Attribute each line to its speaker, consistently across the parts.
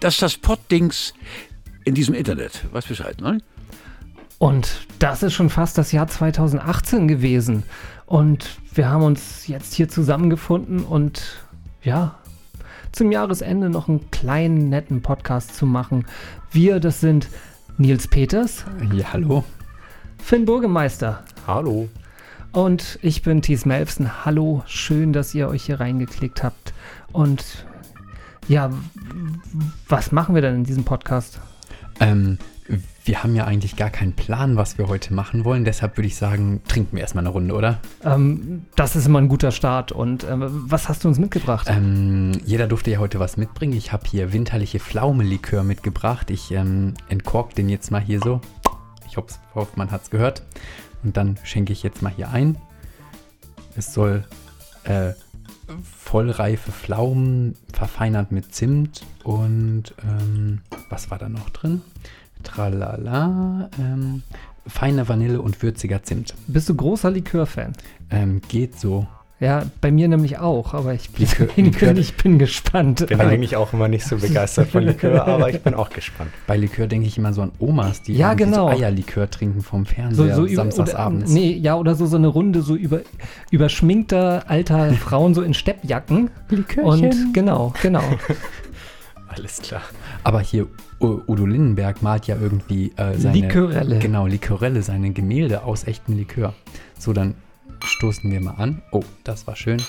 Speaker 1: Dass das Poddings in diesem Internet, weiß Bescheid, ne?
Speaker 2: Und das ist schon fast das Jahr 2018 gewesen. Und wir haben uns jetzt hier zusammengefunden und ja, zum Jahresende noch einen kleinen netten Podcast zu machen. Wir, das sind Nils Peters,
Speaker 3: Ja, hallo.
Speaker 2: Finn Burgemeister
Speaker 3: Hallo.
Speaker 2: und ich bin Thies Melfsen. Hallo, schön, dass ihr euch hier reingeklickt habt. Und ja, w- was machen wir denn in diesem Podcast?
Speaker 3: Ähm, wir haben ja eigentlich gar keinen Plan, was wir heute machen wollen. Deshalb würde ich sagen, trinken wir erstmal eine Runde, oder?
Speaker 2: Ähm, das ist immer ein guter Start. Und ähm, was hast du uns mitgebracht?
Speaker 3: Ähm, jeder durfte ja heute was mitbringen. Ich habe hier winterliche Pflaumenlikör mitgebracht. Ich ähm, entkork den jetzt mal hier so. Ich hoffe, hoff, man hat es gehört. Und dann schenke ich jetzt mal hier ein. Es soll äh, vollreife Pflaumen, verfeinert mit Zimt und ähm, was war da noch drin? Tralala, ähm, feine Vanille und würziger Zimt.
Speaker 2: Bist du großer Likör-Fan?
Speaker 3: Ähm, geht so.
Speaker 2: Ja, bei mir nämlich auch, aber ich bin,
Speaker 3: Likör-
Speaker 2: ich bin gespannt.
Speaker 4: bin eigentlich auch immer nicht so begeistert von Likör, aber ich bin auch gespannt.
Speaker 3: Bei Likör denke ich immer so an Omas, die
Speaker 2: Ja,
Speaker 3: irgendwie
Speaker 2: genau.
Speaker 3: so Eierlikör trinken vom
Speaker 2: So,
Speaker 3: Fernseher
Speaker 2: so über, oder,
Speaker 3: samstagsabends.
Speaker 2: nee, ja, oder so, so eine Runde, so über, überschminkter alter Frauen, so in Steppjacken. Und genau, genau.
Speaker 4: Alles klar.
Speaker 3: Aber hier U- Udo Lindenberg malt ja irgendwie äh, seine
Speaker 2: Likörelle.
Speaker 3: Genau, Likörelle, seine Gemälde aus echtem Likör. So, dann stoßen wir mal an. Oh, das war schön.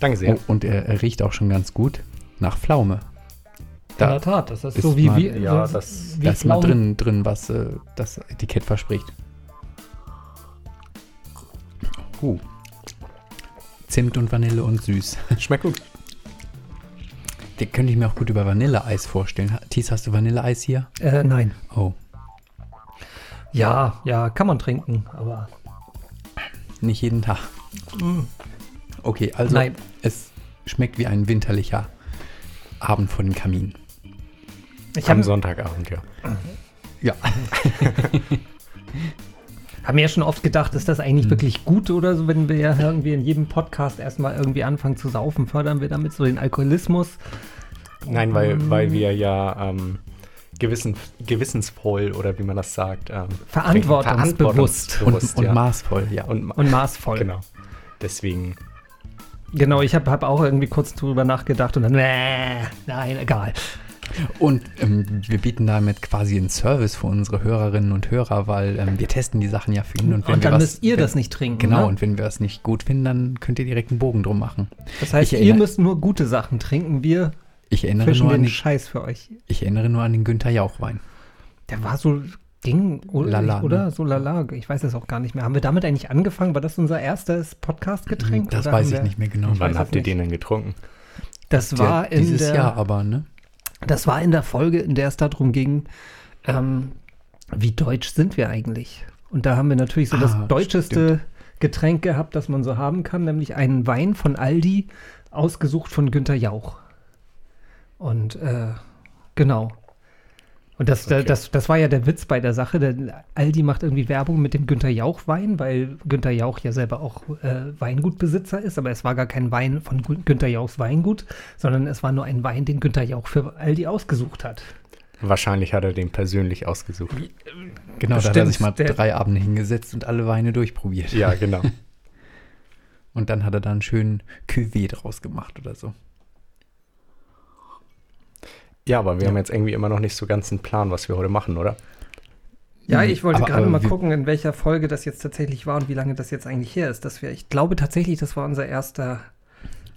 Speaker 4: Danke sehr.
Speaker 3: Oh, und er, er riecht auch schon ganz gut nach Pflaume.
Speaker 2: In
Speaker 3: Da
Speaker 2: der Tat, das ist,
Speaker 3: ist
Speaker 2: so wie,
Speaker 3: mal-
Speaker 2: wie,
Speaker 4: ja,
Speaker 2: so,
Speaker 4: das-
Speaker 2: Genau, wie
Speaker 3: da ist mal
Speaker 2: Pflaumen-
Speaker 3: drin, drin was äh, das Etikett verspricht. Oh. Zimt und Vanille und süß.
Speaker 4: Schmeckt gut.
Speaker 3: Den könnte ich mir auch gut über Vanilleeis vorstellen. Ha- Thies, hast du Vanilleeis hier?
Speaker 2: Äh, nein.
Speaker 3: Oh,
Speaker 2: Ja, ja, kann man trinken, aber
Speaker 3: nicht jeden Tag. Okay, also
Speaker 2: Nein.
Speaker 3: es schmeckt wie ein winterlicher Abend vor dem Kamin.
Speaker 2: ich
Speaker 4: Am
Speaker 2: habe
Speaker 4: Sonntagabend, ja.
Speaker 3: Ja,
Speaker 2: hab mir ja schon oft gedacht, ist das
Speaker 3: Hm.
Speaker 2: eigentlich wirklich gut oder so, wenn wir ja irgendwie in jedem Podcast erstmal irgendwie anfangen zu saufen, fördern wir damit so den Alkoholismus.
Speaker 4: Nein, weil, weil wir ja ähm, gewissen, gewissensvoll oder wie man das sagt. Ähm,
Speaker 2: Verantwortungsbewusst.
Speaker 3: und,
Speaker 4: verantwortungsbewusst,
Speaker 3: und
Speaker 4: ja.
Speaker 3: maßvoll, ja.
Speaker 4: und, ma-
Speaker 2: Und maßvoll.
Speaker 4: Genau. Deswegen,
Speaker 2: Genau, ich habe hab auch irgendwie kurz drüber nachgedacht und dann, äh, nein, egal.
Speaker 3: Und ähm, wir bieten damit quasi einen Service für unsere Hörerinnen und Hörer, weil ähm, wir testen die Sachen ja für ihn. Und, wenn
Speaker 2: Und
Speaker 3: wir
Speaker 2: dann
Speaker 3: was,
Speaker 2: müsst ihr
Speaker 3: wenn,
Speaker 2: das nicht trinken.
Speaker 3: Genau,
Speaker 2: Ne?
Speaker 3: und wenn wir es nicht gut finden, dann könnt ihr direkt einen Bogen drum machen.
Speaker 2: Das heißt,
Speaker 3: ich
Speaker 2: ihr
Speaker 3: erinnere-
Speaker 2: müsst nur gute Sachen trinken. Wir
Speaker 3: Ich erinnere,
Speaker 2: fischen
Speaker 3: nur an
Speaker 2: den
Speaker 3: den,
Speaker 2: Scheiß für euch.
Speaker 3: ich erinnere nur an den Günther Jauch-Wein.
Speaker 2: Der war so Ding, oder?
Speaker 3: Lala, ne?
Speaker 2: oder? So lala. Ich weiß es auch gar nicht mehr. Haben wir damit eigentlich angefangen? War das unser erstes Podcast-Getränk?
Speaker 3: Das
Speaker 2: oder
Speaker 3: weiß
Speaker 2: haben
Speaker 3: ich
Speaker 2: wir-
Speaker 3: nicht mehr genau.
Speaker 4: wann
Speaker 2: weiß
Speaker 4: habt
Speaker 2: es
Speaker 4: ihr
Speaker 2: nicht.
Speaker 4: den denn getrunken?
Speaker 2: Das war,
Speaker 3: Tja,
Speaker 2: in
Speaker 3: dieses
Speaker 2: der,
Speaker 3: Jahr aber, ne?
Speaker 2: das war in der Folge, in der es darum ging, ähm, wie deutsch sind wir eigentlich? Und da haben wir natürlich so das
Speaker 3: Ah,
Speaker 2: deutscheste Getränk gehabt, das man so haben kann, nämlich einen Wein von Aldi, ausgesucht von Günter Jauch. Und äh, genau. Und das, da- das, das war ja der Witz bei der Sache. Der Aldi macht irgendwie Werbung mit dem Günter Jauch Wein, weil Günter Jauch ja selber auch äh, Weingutbesitzer ist, aber es war gar kein Wein von Gu- Günter Jauchs Weingut, sondern es war nur ein Wein, den Günter Jauch für Aldi ausgesucht hat.
Speaker 4: Wahrscheinlich hat er den persönlich ausgesucht.
Speaker 3: Genau, da hat er
Speaker 2: Stimmt,
Speaker 3: sich mal
Speaker 2: der-
Speaker 3: drei Abende hingesetzt und alle Weine durchprobiert.
Speaker 4: Ja, genau.
Speaker 3: Und dann hat er da einen schönen Cuvée draus gemacht oder so.
Speaker 4: Ja, aber wir haben jetzt irgendwie immer noch nicht so ganz einen Plan, was wir heute machen, oder?
Speaker 2: Ja, ich wollte
Speaker 3: Hm. Aber- äh,
Speaker 2: gerade
Speaker 3: aber
Speaker 2: mal
Speaker 3: wir-
Speaker 2: gucken, in welcher Folge das jetzt tatsächlich war und wie lange das jetzt eigentlich her ist. Dass wir, ich glaube tatsächlich, das war unser erster,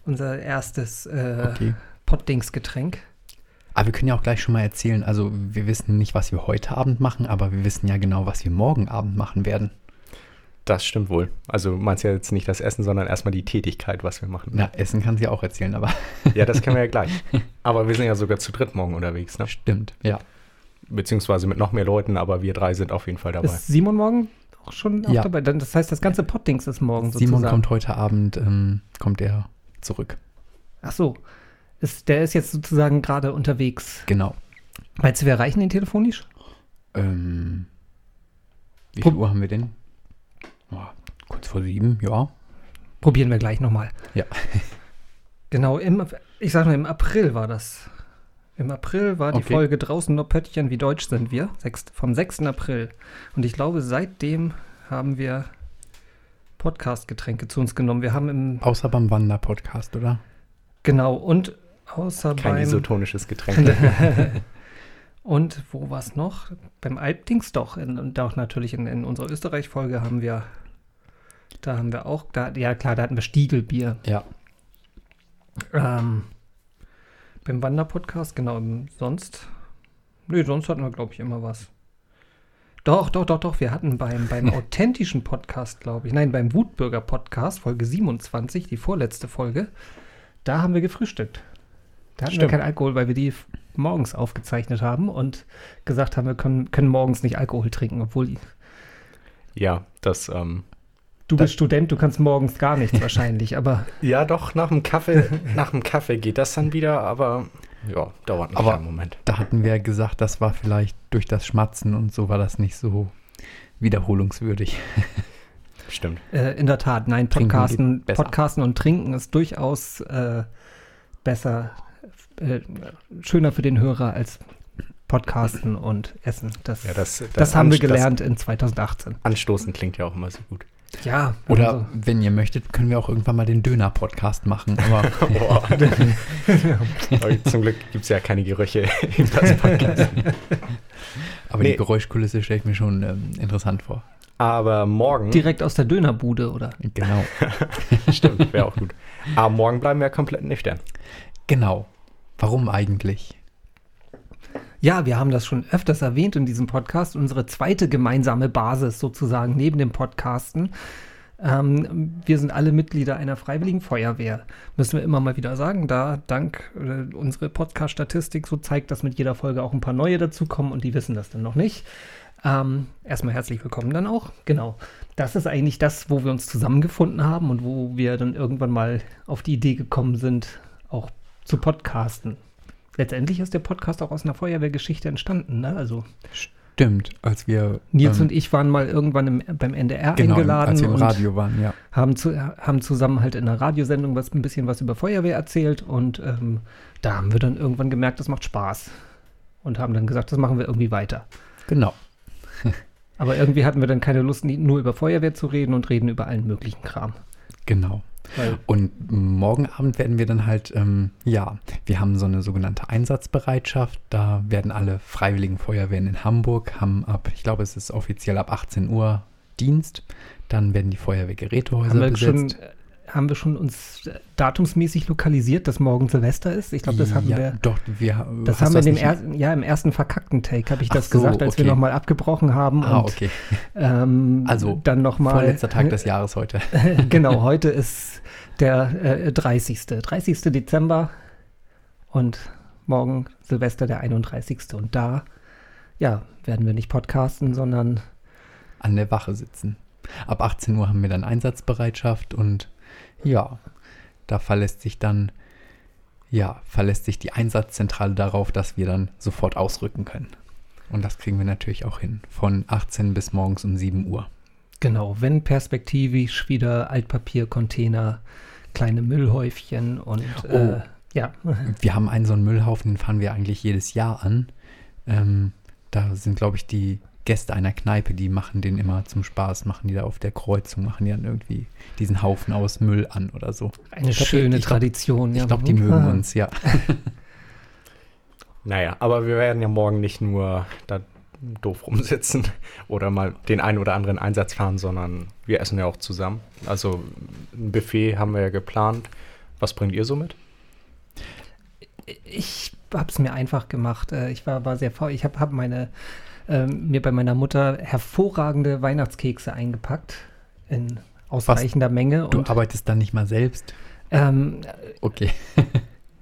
Speaker 2: unser erstes äh,
Speaker 3: Okay.
Speaker 2: Pottdings-Getränk.
Speaker 3: Aber wir können ja auch gleich schon mal erzählen, also wir wissen nicht, was wir heute Abend machen, aber wir wissen ja genau, was wir morgen Abend machen werden.
Speaker 4: Das stimmt wohl. Also du meinst ja jetzt nicht das Essen, sondern erstmal die Tätigkeit, was wir machen.
Speaker 3: Na, Essen kannst du ja auch erzählen, aber
Speaker 4: Ja, das können wir ja gleich. Aber wir sind ja sogar zu dritt morgen unterwegs, ne?
Speaker 3: stimmt, ja.
Speaker 4: Beziehungsweise mit noch mehr Leuten, aber wir drei sind auf jeden Fall dabei.
Speaker 2: Ist Simon morgen auch schon auch
Speaker 3: Ja.
Speaker 2: dabei? Dann, das heißt, das ganze Pottdings ist morgen
Speaker 3: Simon
Speaker 2: sozusagen.
Speaker 3: kommt heute Abend, ähm, kommt er zurück.
Speaker 2: Ach so. Ist, der ist jetzt sozusagen gerade unterwegs.
Speaker 3: Genau.
Speaker 2: Meinst du, wir erreichen ihn telefonisch?
Speaker 3: Ähm, Wie
Speaker 2: Prob-
Speaker 3: viel Uhr haben wir denn? Oh, kurz vor sieben, ja.
Speaker 2: Probieren wir gleich nochmal.
Speaker 3: Ja.
Speaker 2: Genau, im, ich sag mal, im April war das. Im April war die
Speaker 3: Okay.
Speaker 2: Folge Draußen nur Pöttchen, wie deutsch sind wir? Sechst, vom 6. April. Und ich glaube, seitdem haben wir Podcast-Getränke zu uns genommen. Wir haben im,
Speaker 3: Außer beim Wander-Podcast, oder?
Speaker 2: genau, und außer
Speaker 4: Kein
Speaker 2: beim,
Speaker 4: isotonisches Getränk.
Speaker 2: und wo war's noch? Beim Alpdings doch. In, und auch natürlich in, in unserer Österreich-Folge haben wir, da haben wir auch, da, ja klar, da hatten wir Stiegelbier.
Speaker 3: Ja.
Speaker 2: Ähm, beim Wanderpodcast, genau, im- sonst. Nee, sonst hatten wir, glaube ich, immer was. Doch, doch, doch, doch. Wir hatten beim, beim authentischen Podcast, glaube ich, nein, beim Wutbürger Podcast, Folge 27, die vorletzte Folge, da haben wir gefrühstückt. Da hatten
Speaker 3: Stimmt.
Speaker 2: wir keinen Alkohol, weil wir die f- morgens aufgezeichnet haben und gesagt haben, wir können, können morgens nicht Alkohol trinken, obwohl
Speaker 4: ja, das. Ähm,
Speaker 2: du bist Student, du kannst morgens gar nichts wahrscheinlich, aber
Speaker 4: ja, doch, nach dem Kaffee, nach dem Kaffee geht das dann wieder, aber ja, dauert noch
Speaker 3: Aber-
Speaker 4: einen Moment.
Speaker 3: Da hatten wir ja gesagt, das war vielleicht durch das Schmatzen und so war das nicht so wiederholungswürdig.
Speaker 4: Stimmt.
Speaker 2: Äh, in der Tat, nein,
Speaker 3: Trinken geht
Speaker 2: Podcasten,
Speaker 3: besser.
Speaker 2: Podcasten und Trinken ist durchaus äh, besser, äh, schöner für den Hörer als Podcasten und Essen. Das,
Speaker 4: Ja, das, das,
Speaker 2: das haben wir
Speaker 4: Anst- das
Speaker 2: gelernt in 2018.
Speaker 4: Anstoßen klingt ja auch immer so gut.
Speaker 2: Ja,
Speaker 3: Oder
Speaker 4: Hm?
Speaker 3: wenn ihr möchtet, können wir auch irgendwann mal den Döner-Podcast machen. Aber
Speaker 4: Boah. Aber Zum Glück gibt es ja keine Gerüche im Podcast.
Speaker 3: Aber
Speaker 4: Nee.
Speaker 3: die Geräuschkulisse stelle ich mir schon ähm, interessant vor.
Speaker 4: Aber morgen,
Speaker 2: direkt aus der Dönerbude, oder?
Speaker 3: Genau.
Speaker 4: stimmt, wäre auch gut. Aber morgen bleiben wir komplett nüchtern.
Speaker 3: genau. Warum eigentlich?
Speaker 2: Ja, wir haben das schon öfters erwähnt in diesem Podcast. Unsere zweite gemeinsame Basis sozusagen neben dem Podcasten. Ähm, wir sind alle Mitglieder einer freiwilligen Feuerwehr. Müssen wir immer mal wieder sagen, da dank äh, unsere Podcast-Statistik so zeigt, dass mit jeder Folge auch ein paar neue dazukommen und die wissen das dann noch nicht. Ähm, erstmal herzlich willkommen dann auch. Genau. Das ist eigentlich das, wo wir uns zusammengefunden haben und wo wir dann irgendwann mal auf die Idee gekommen sind, auch zu podcasten. Letztendlich ist der Podcast auch aus einer Feuerwehrgeschichte entstanden. Ne? Also
Speaker 3: Stimmt, als wir
Speaker 2: Nils
Speaker 3: ähm,
Speaker 2: und ich waren mal irgendwann im, beim NDR
Speaker 3: genau,
Speaker 2: eingeladen
Speaker 3: als wir im
Speaker 2: und
Speaker 3: Radio waren, ja.
Speaker 2: haben, zu, haben zusammen halt in einer Radiosendung was, ein bisschen was über Feuerwehr erzählt und ähm, da haben wir dann irgendwann gemerkt, das macht Spaß und haben dann gesagt, das machen wir irgendwie weiter.
Speaker 3: Genau.
Speaker 2: Aber irgendwie hatten wir dann keine Lust, nie- nur über Feuerwehr zu reden und reden über allen möglichen Kram.
Speaker 3: Genau.
Speaker 2: Weil
Speaker 3: Und morgen Abend werden wir dann halt, ähm, ja, wir haben so eine sogenannte Einsatzbereitschaft. Da werden alle freiwilligen Feuerwehren in Hamburg, haben ab, ich glaube, es ist offiziell ab 18 Uhr Dienst. Dann werden die
Speaker 2: haben
Speaker 3: Feuerwehrgerätehäuser
Speaker 2: wir, schon,
Speaker 3: Also besetzt.
Speaker 2: äh, haben wir schon uns äh, datumsmäßig lokalisiert, dass morgen Silvester ist? Ich glaube, das haben
Speaker 3: ja,
Speaker 2: wir
Speaker 3: Doch, wir,
Speaker 2: Das
Speaker 3: hast
Speaker 2: haben wir
Speaker 3: du
Speaker 2: in dem
Speaker 3: nicht-
Speaker 2: ersten, ja, im ersten verkackten Take, habe ich
Speaker 3: Ach
Speaker 2: das
Speaker 3: so,
Speaker 2: gesagt, als wir
Speaker 3: okay.
Speaker 2: nochmal abgebrochen haben.
Speaker 3: Ah,
Speaker 2: und,
Speaker 3: okay.
Speaker 2: ähm,
Speaker 3: Also,
Speaker 2: dann nochmal.
Speaker 3: Vorletzter
Speaker 2: ne
Speaker 3: Tag des Jahres heute.
Speaker 2: genau, heute ist der äh, 30. 30. Dezember und morgen Silvester der 31. Und da, ja, werden wir nicht podcasten, sondern
Speaker 3: An der Wache sitzen. Ab 18 Uhr haben wir dann Einsatzbereitschaft und ja, da verlässt sich dann, ja, verlässt sich die Einsatzzentrale darauf, dass wir dann sofort ausrücken können. Und das kriegen wir natürlich auch hin. Von 18 bis morgens um 7 Uhr.
Speaker 2: genau, wenn perspektivisch wieder Altpapiercontainer, kleine Müllhäufchen und
Speaker 3: Oh.
Speaker 2: äh, ja.
Speaker 3: Wir haben einen so einen Müllhaufen, den fahren wir eigentlich jedes Jahr an. Ähm, da sind, glaube ich, die Gäste einer Kneipe, die machen den immer zum Spaß, machen die da auf der Kreuzung, machen die dann irgendwie diesen Haufen aus Müll an oder so.
Speaker 2: Eine
Speaker 3: Ich glaub, die-
Speaker 2: schöne
Speaker 3: ich glaub-
Speaker 2: Tradition. ja.
Speaker 3: Ich glaube, die mögen
Speaker 2: Ah.
Speaker 3: uns, ja.
Speaker 4: Naja, aber wir werden ja morgen nicht nur da doof rumsitzen oder mal den einen oder anderen Einsatz fahren, sondern wir essen ja auch zusammen. Also ein Buffet haben wir ja geplant. Was bringt ihr so mit?
Speaker 2: ich habe es mir einfach gemacht. Äh, Ich war, war sehr faul. Ich habe hab meine, ähm, mir bei meiner Mutter hervorragende Weihnachtskekse eingepackt in ausreichender Menge.
Speaker 3: Du
Speaker 2: Und
Speaker 3: arbeitest dann nicht mal selbst.
Speaker 2: ähm,
Speaker 3: Okay,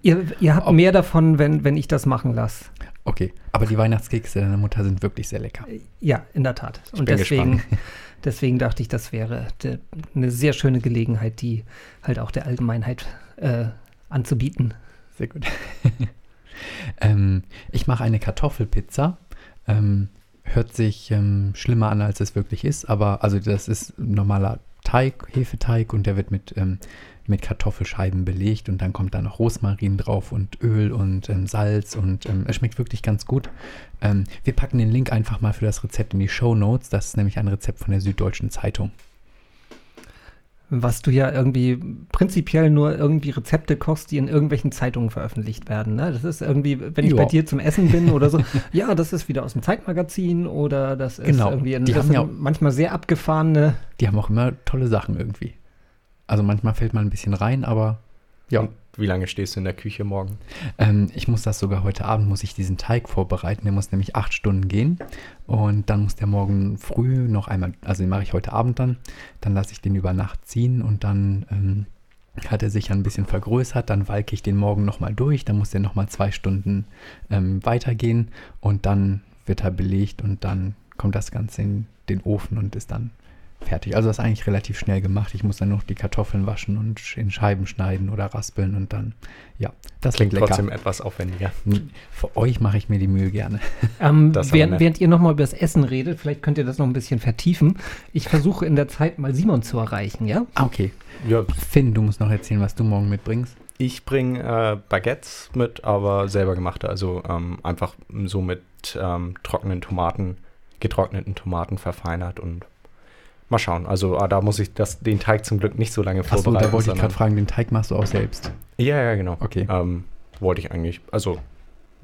Speaker 2: ihr, ihr habt
Speaker 3: Ob-
Speaker 2: mehr davon, wenn, wenn ich das machen lasse.
Speaker 3: okay. Aber die Weihnachtskekse deiner Mutter sind wirklich sehr lecker.
Speaker 2: Ja, in der Tat. Und
Speaker 4: bin
Speaker 2: deswegen, deswegen dachte ich, das wäre de, eine sehr schöne Gelegenheit, die halt auch der Allgemeinheit äh, anzubieten.
Speaker 3: Sehr gut. ähm, ich mache eine Kartoffelpizza. Ähm, hört sich ähm, schlimmer an, als es wirklich ist. Aber also das ist ein normaler Teig, Hefeteig und der wird mit, ähm, mit Kartoffelscheiben belegt und dann kommt da noch Rosmarin drauf und Öl und ähm, Salz und ähm, es schmeckt wirklich ganz gut. Ähm, wir packen den Link einfach mal für das Rezept in die Show Notes. Das ist nämlich ein Rezept von der Süddeutschen Zeitung.
Speaker 2: Was du ja irgendwie prinzipiell nur irgendwie Rezepte kochst, die in irgendwelchen Zeitungen veröffentlicht werden. Ne? Das ist irgendwie, wenn ich
Speaker 3: Ja.
Speaker 2: bei dir zum Essen bin oder so, ja, das ist wieder aus dem Zeitmagazin oder das ist
Speaker 3: Genau.
Speaker 2: irgendwie ein,
Speaker 3: Die
Speaker 2: das
Speaker 3: haben ja
Speaker 2: sind manchmal sehr abgefahrene.
Speaker 3: Die haben auch immer tolle Sachen irgendwie. Also manchmal fällt man ein bisschen rein, aber ja.
Speaker 4: Und wie lange stehst du in der Küche morgen?
Speaker 3: Ähm, ich muss das sogar heute Abend, muss ich diesen Teig vorbereiten. Der muss nämlich acht Stunden gehen. Und dann muss der morgen früh noch einmal, also den mache ich heute Abend dann. Dann lasse ich den über Nacht ziehen und dann ähm, hat er sich ja ein bisschen vergrößert. Dann walke ich den morgen nochmal durch. Dann muss der nochmal zwei Stunden ähm, weitergehen. Und dann wird er belegt und dann kommt das Ganze in den Ofen und ist dann fertig. Also das ist eigentlich relativ schnell gemacht. Ich muss dann noch die Kartoffeln waschen und in Scheiben schneiden oder raspeln und dann, ja, das
Speaker 4: Klingt
Speaker 3: klingt lecker.
Speaker 4: trotzdem etwas aufwendiger.
Speaker 3: Hm. Für euch mache ich mir die Mühe gerne.
Speaker 2: Ähm,
Speaker 4: Das aber
Speaker 2: während,
Speaker 4: nett.
Speaker 2: während ihr nochmal über das Essen redet, vielleicht könnt ihr das noch ein bisschen vertiefen. Ich versuche in der Zeit mal Simon zu erreichen, ja?
Speaker 3: Ah, okay.
Speaker 4: Ja,
Speaker 3: Finn, du musst noch erzählen, was du morgen mitbringst.
Speaker 4: ich bringe äh, Baguettes mit, aber selber gemachte. Also ähm, einfach so mit ähm, trockenen Tomaten, getrockneten Tomaten verfeinert und mal schauen. Also ah, da muss ich das, den Teig zum Glück nicht so lange
Speaker 3: Achso,
Speaker 4: vorbereiten.
Speaker 3: da wollte ich
Speaker 4: sondern-
Speaker 3: gerade fragen, den Teig machst du auch selbst.
Speaker 4: Ja, ja, genau.
Speaker 3: Okay.
Speaker 4: Ähm, wollte ich eigentlich. Also,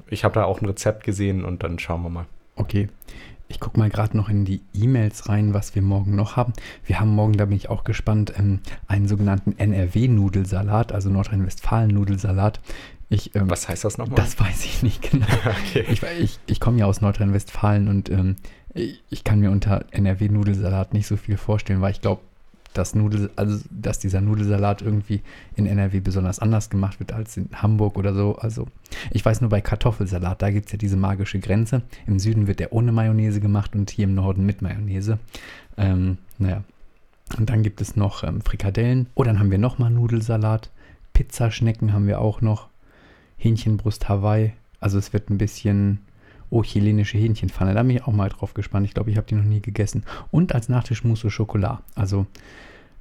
Speaker 4: ich habe da auch ein Rezept gesehen und dann schauen wir mal.
Speaker 3: Okay. Ich gucke mal gerade noch in die E-Mails rein, was wir morgen noch haben. Wir haben morgen, da bin ich auch gespannt, ähm, einen sogenannten NRW-Nudelsalat, also Nordrhein-Westfalen-Nudelsalat. Ich, ähm,
Speaker 4: Was heißt das nochmal?
Speaker 3: Das weiß ich nicht genau.
Speaker 4: okay.
Speaker 3: Ich, ich, ich komme ja aus Nordrhein-Westfalen und ähm, ich ich kann mir unter NRW-Nudelsalat nicht so viel vorstellen, weil ich glaube, dass, Nudel, also, dass dieser Nudelsalat irgendwie in NRW besonders anders gemacht wird als in Hamburg oder so. Also ich weiß nur bei Kartoffelsalat, da gibt es ja diese magische Grenze. Im Süden wird der ohne Mayonnaise gemacht und hier im Norden mit Mayonnaise. Ähm, naja. Und dann gibt es noch ähm, Frikadellen. Oh, dann haben wir nochmal Nudelsalat. Pizzaschnecken haben wir auch noch. Hähnchenbrust Hawaii. Also es wird ein bisschen, oh, chilenische Hähnchenpfanne. Da bin ich auch mal drauf gespannt. Ich glaube, ich habe die noch nie gegessen. Und als Nachtisch Mousse Schokolade. Also,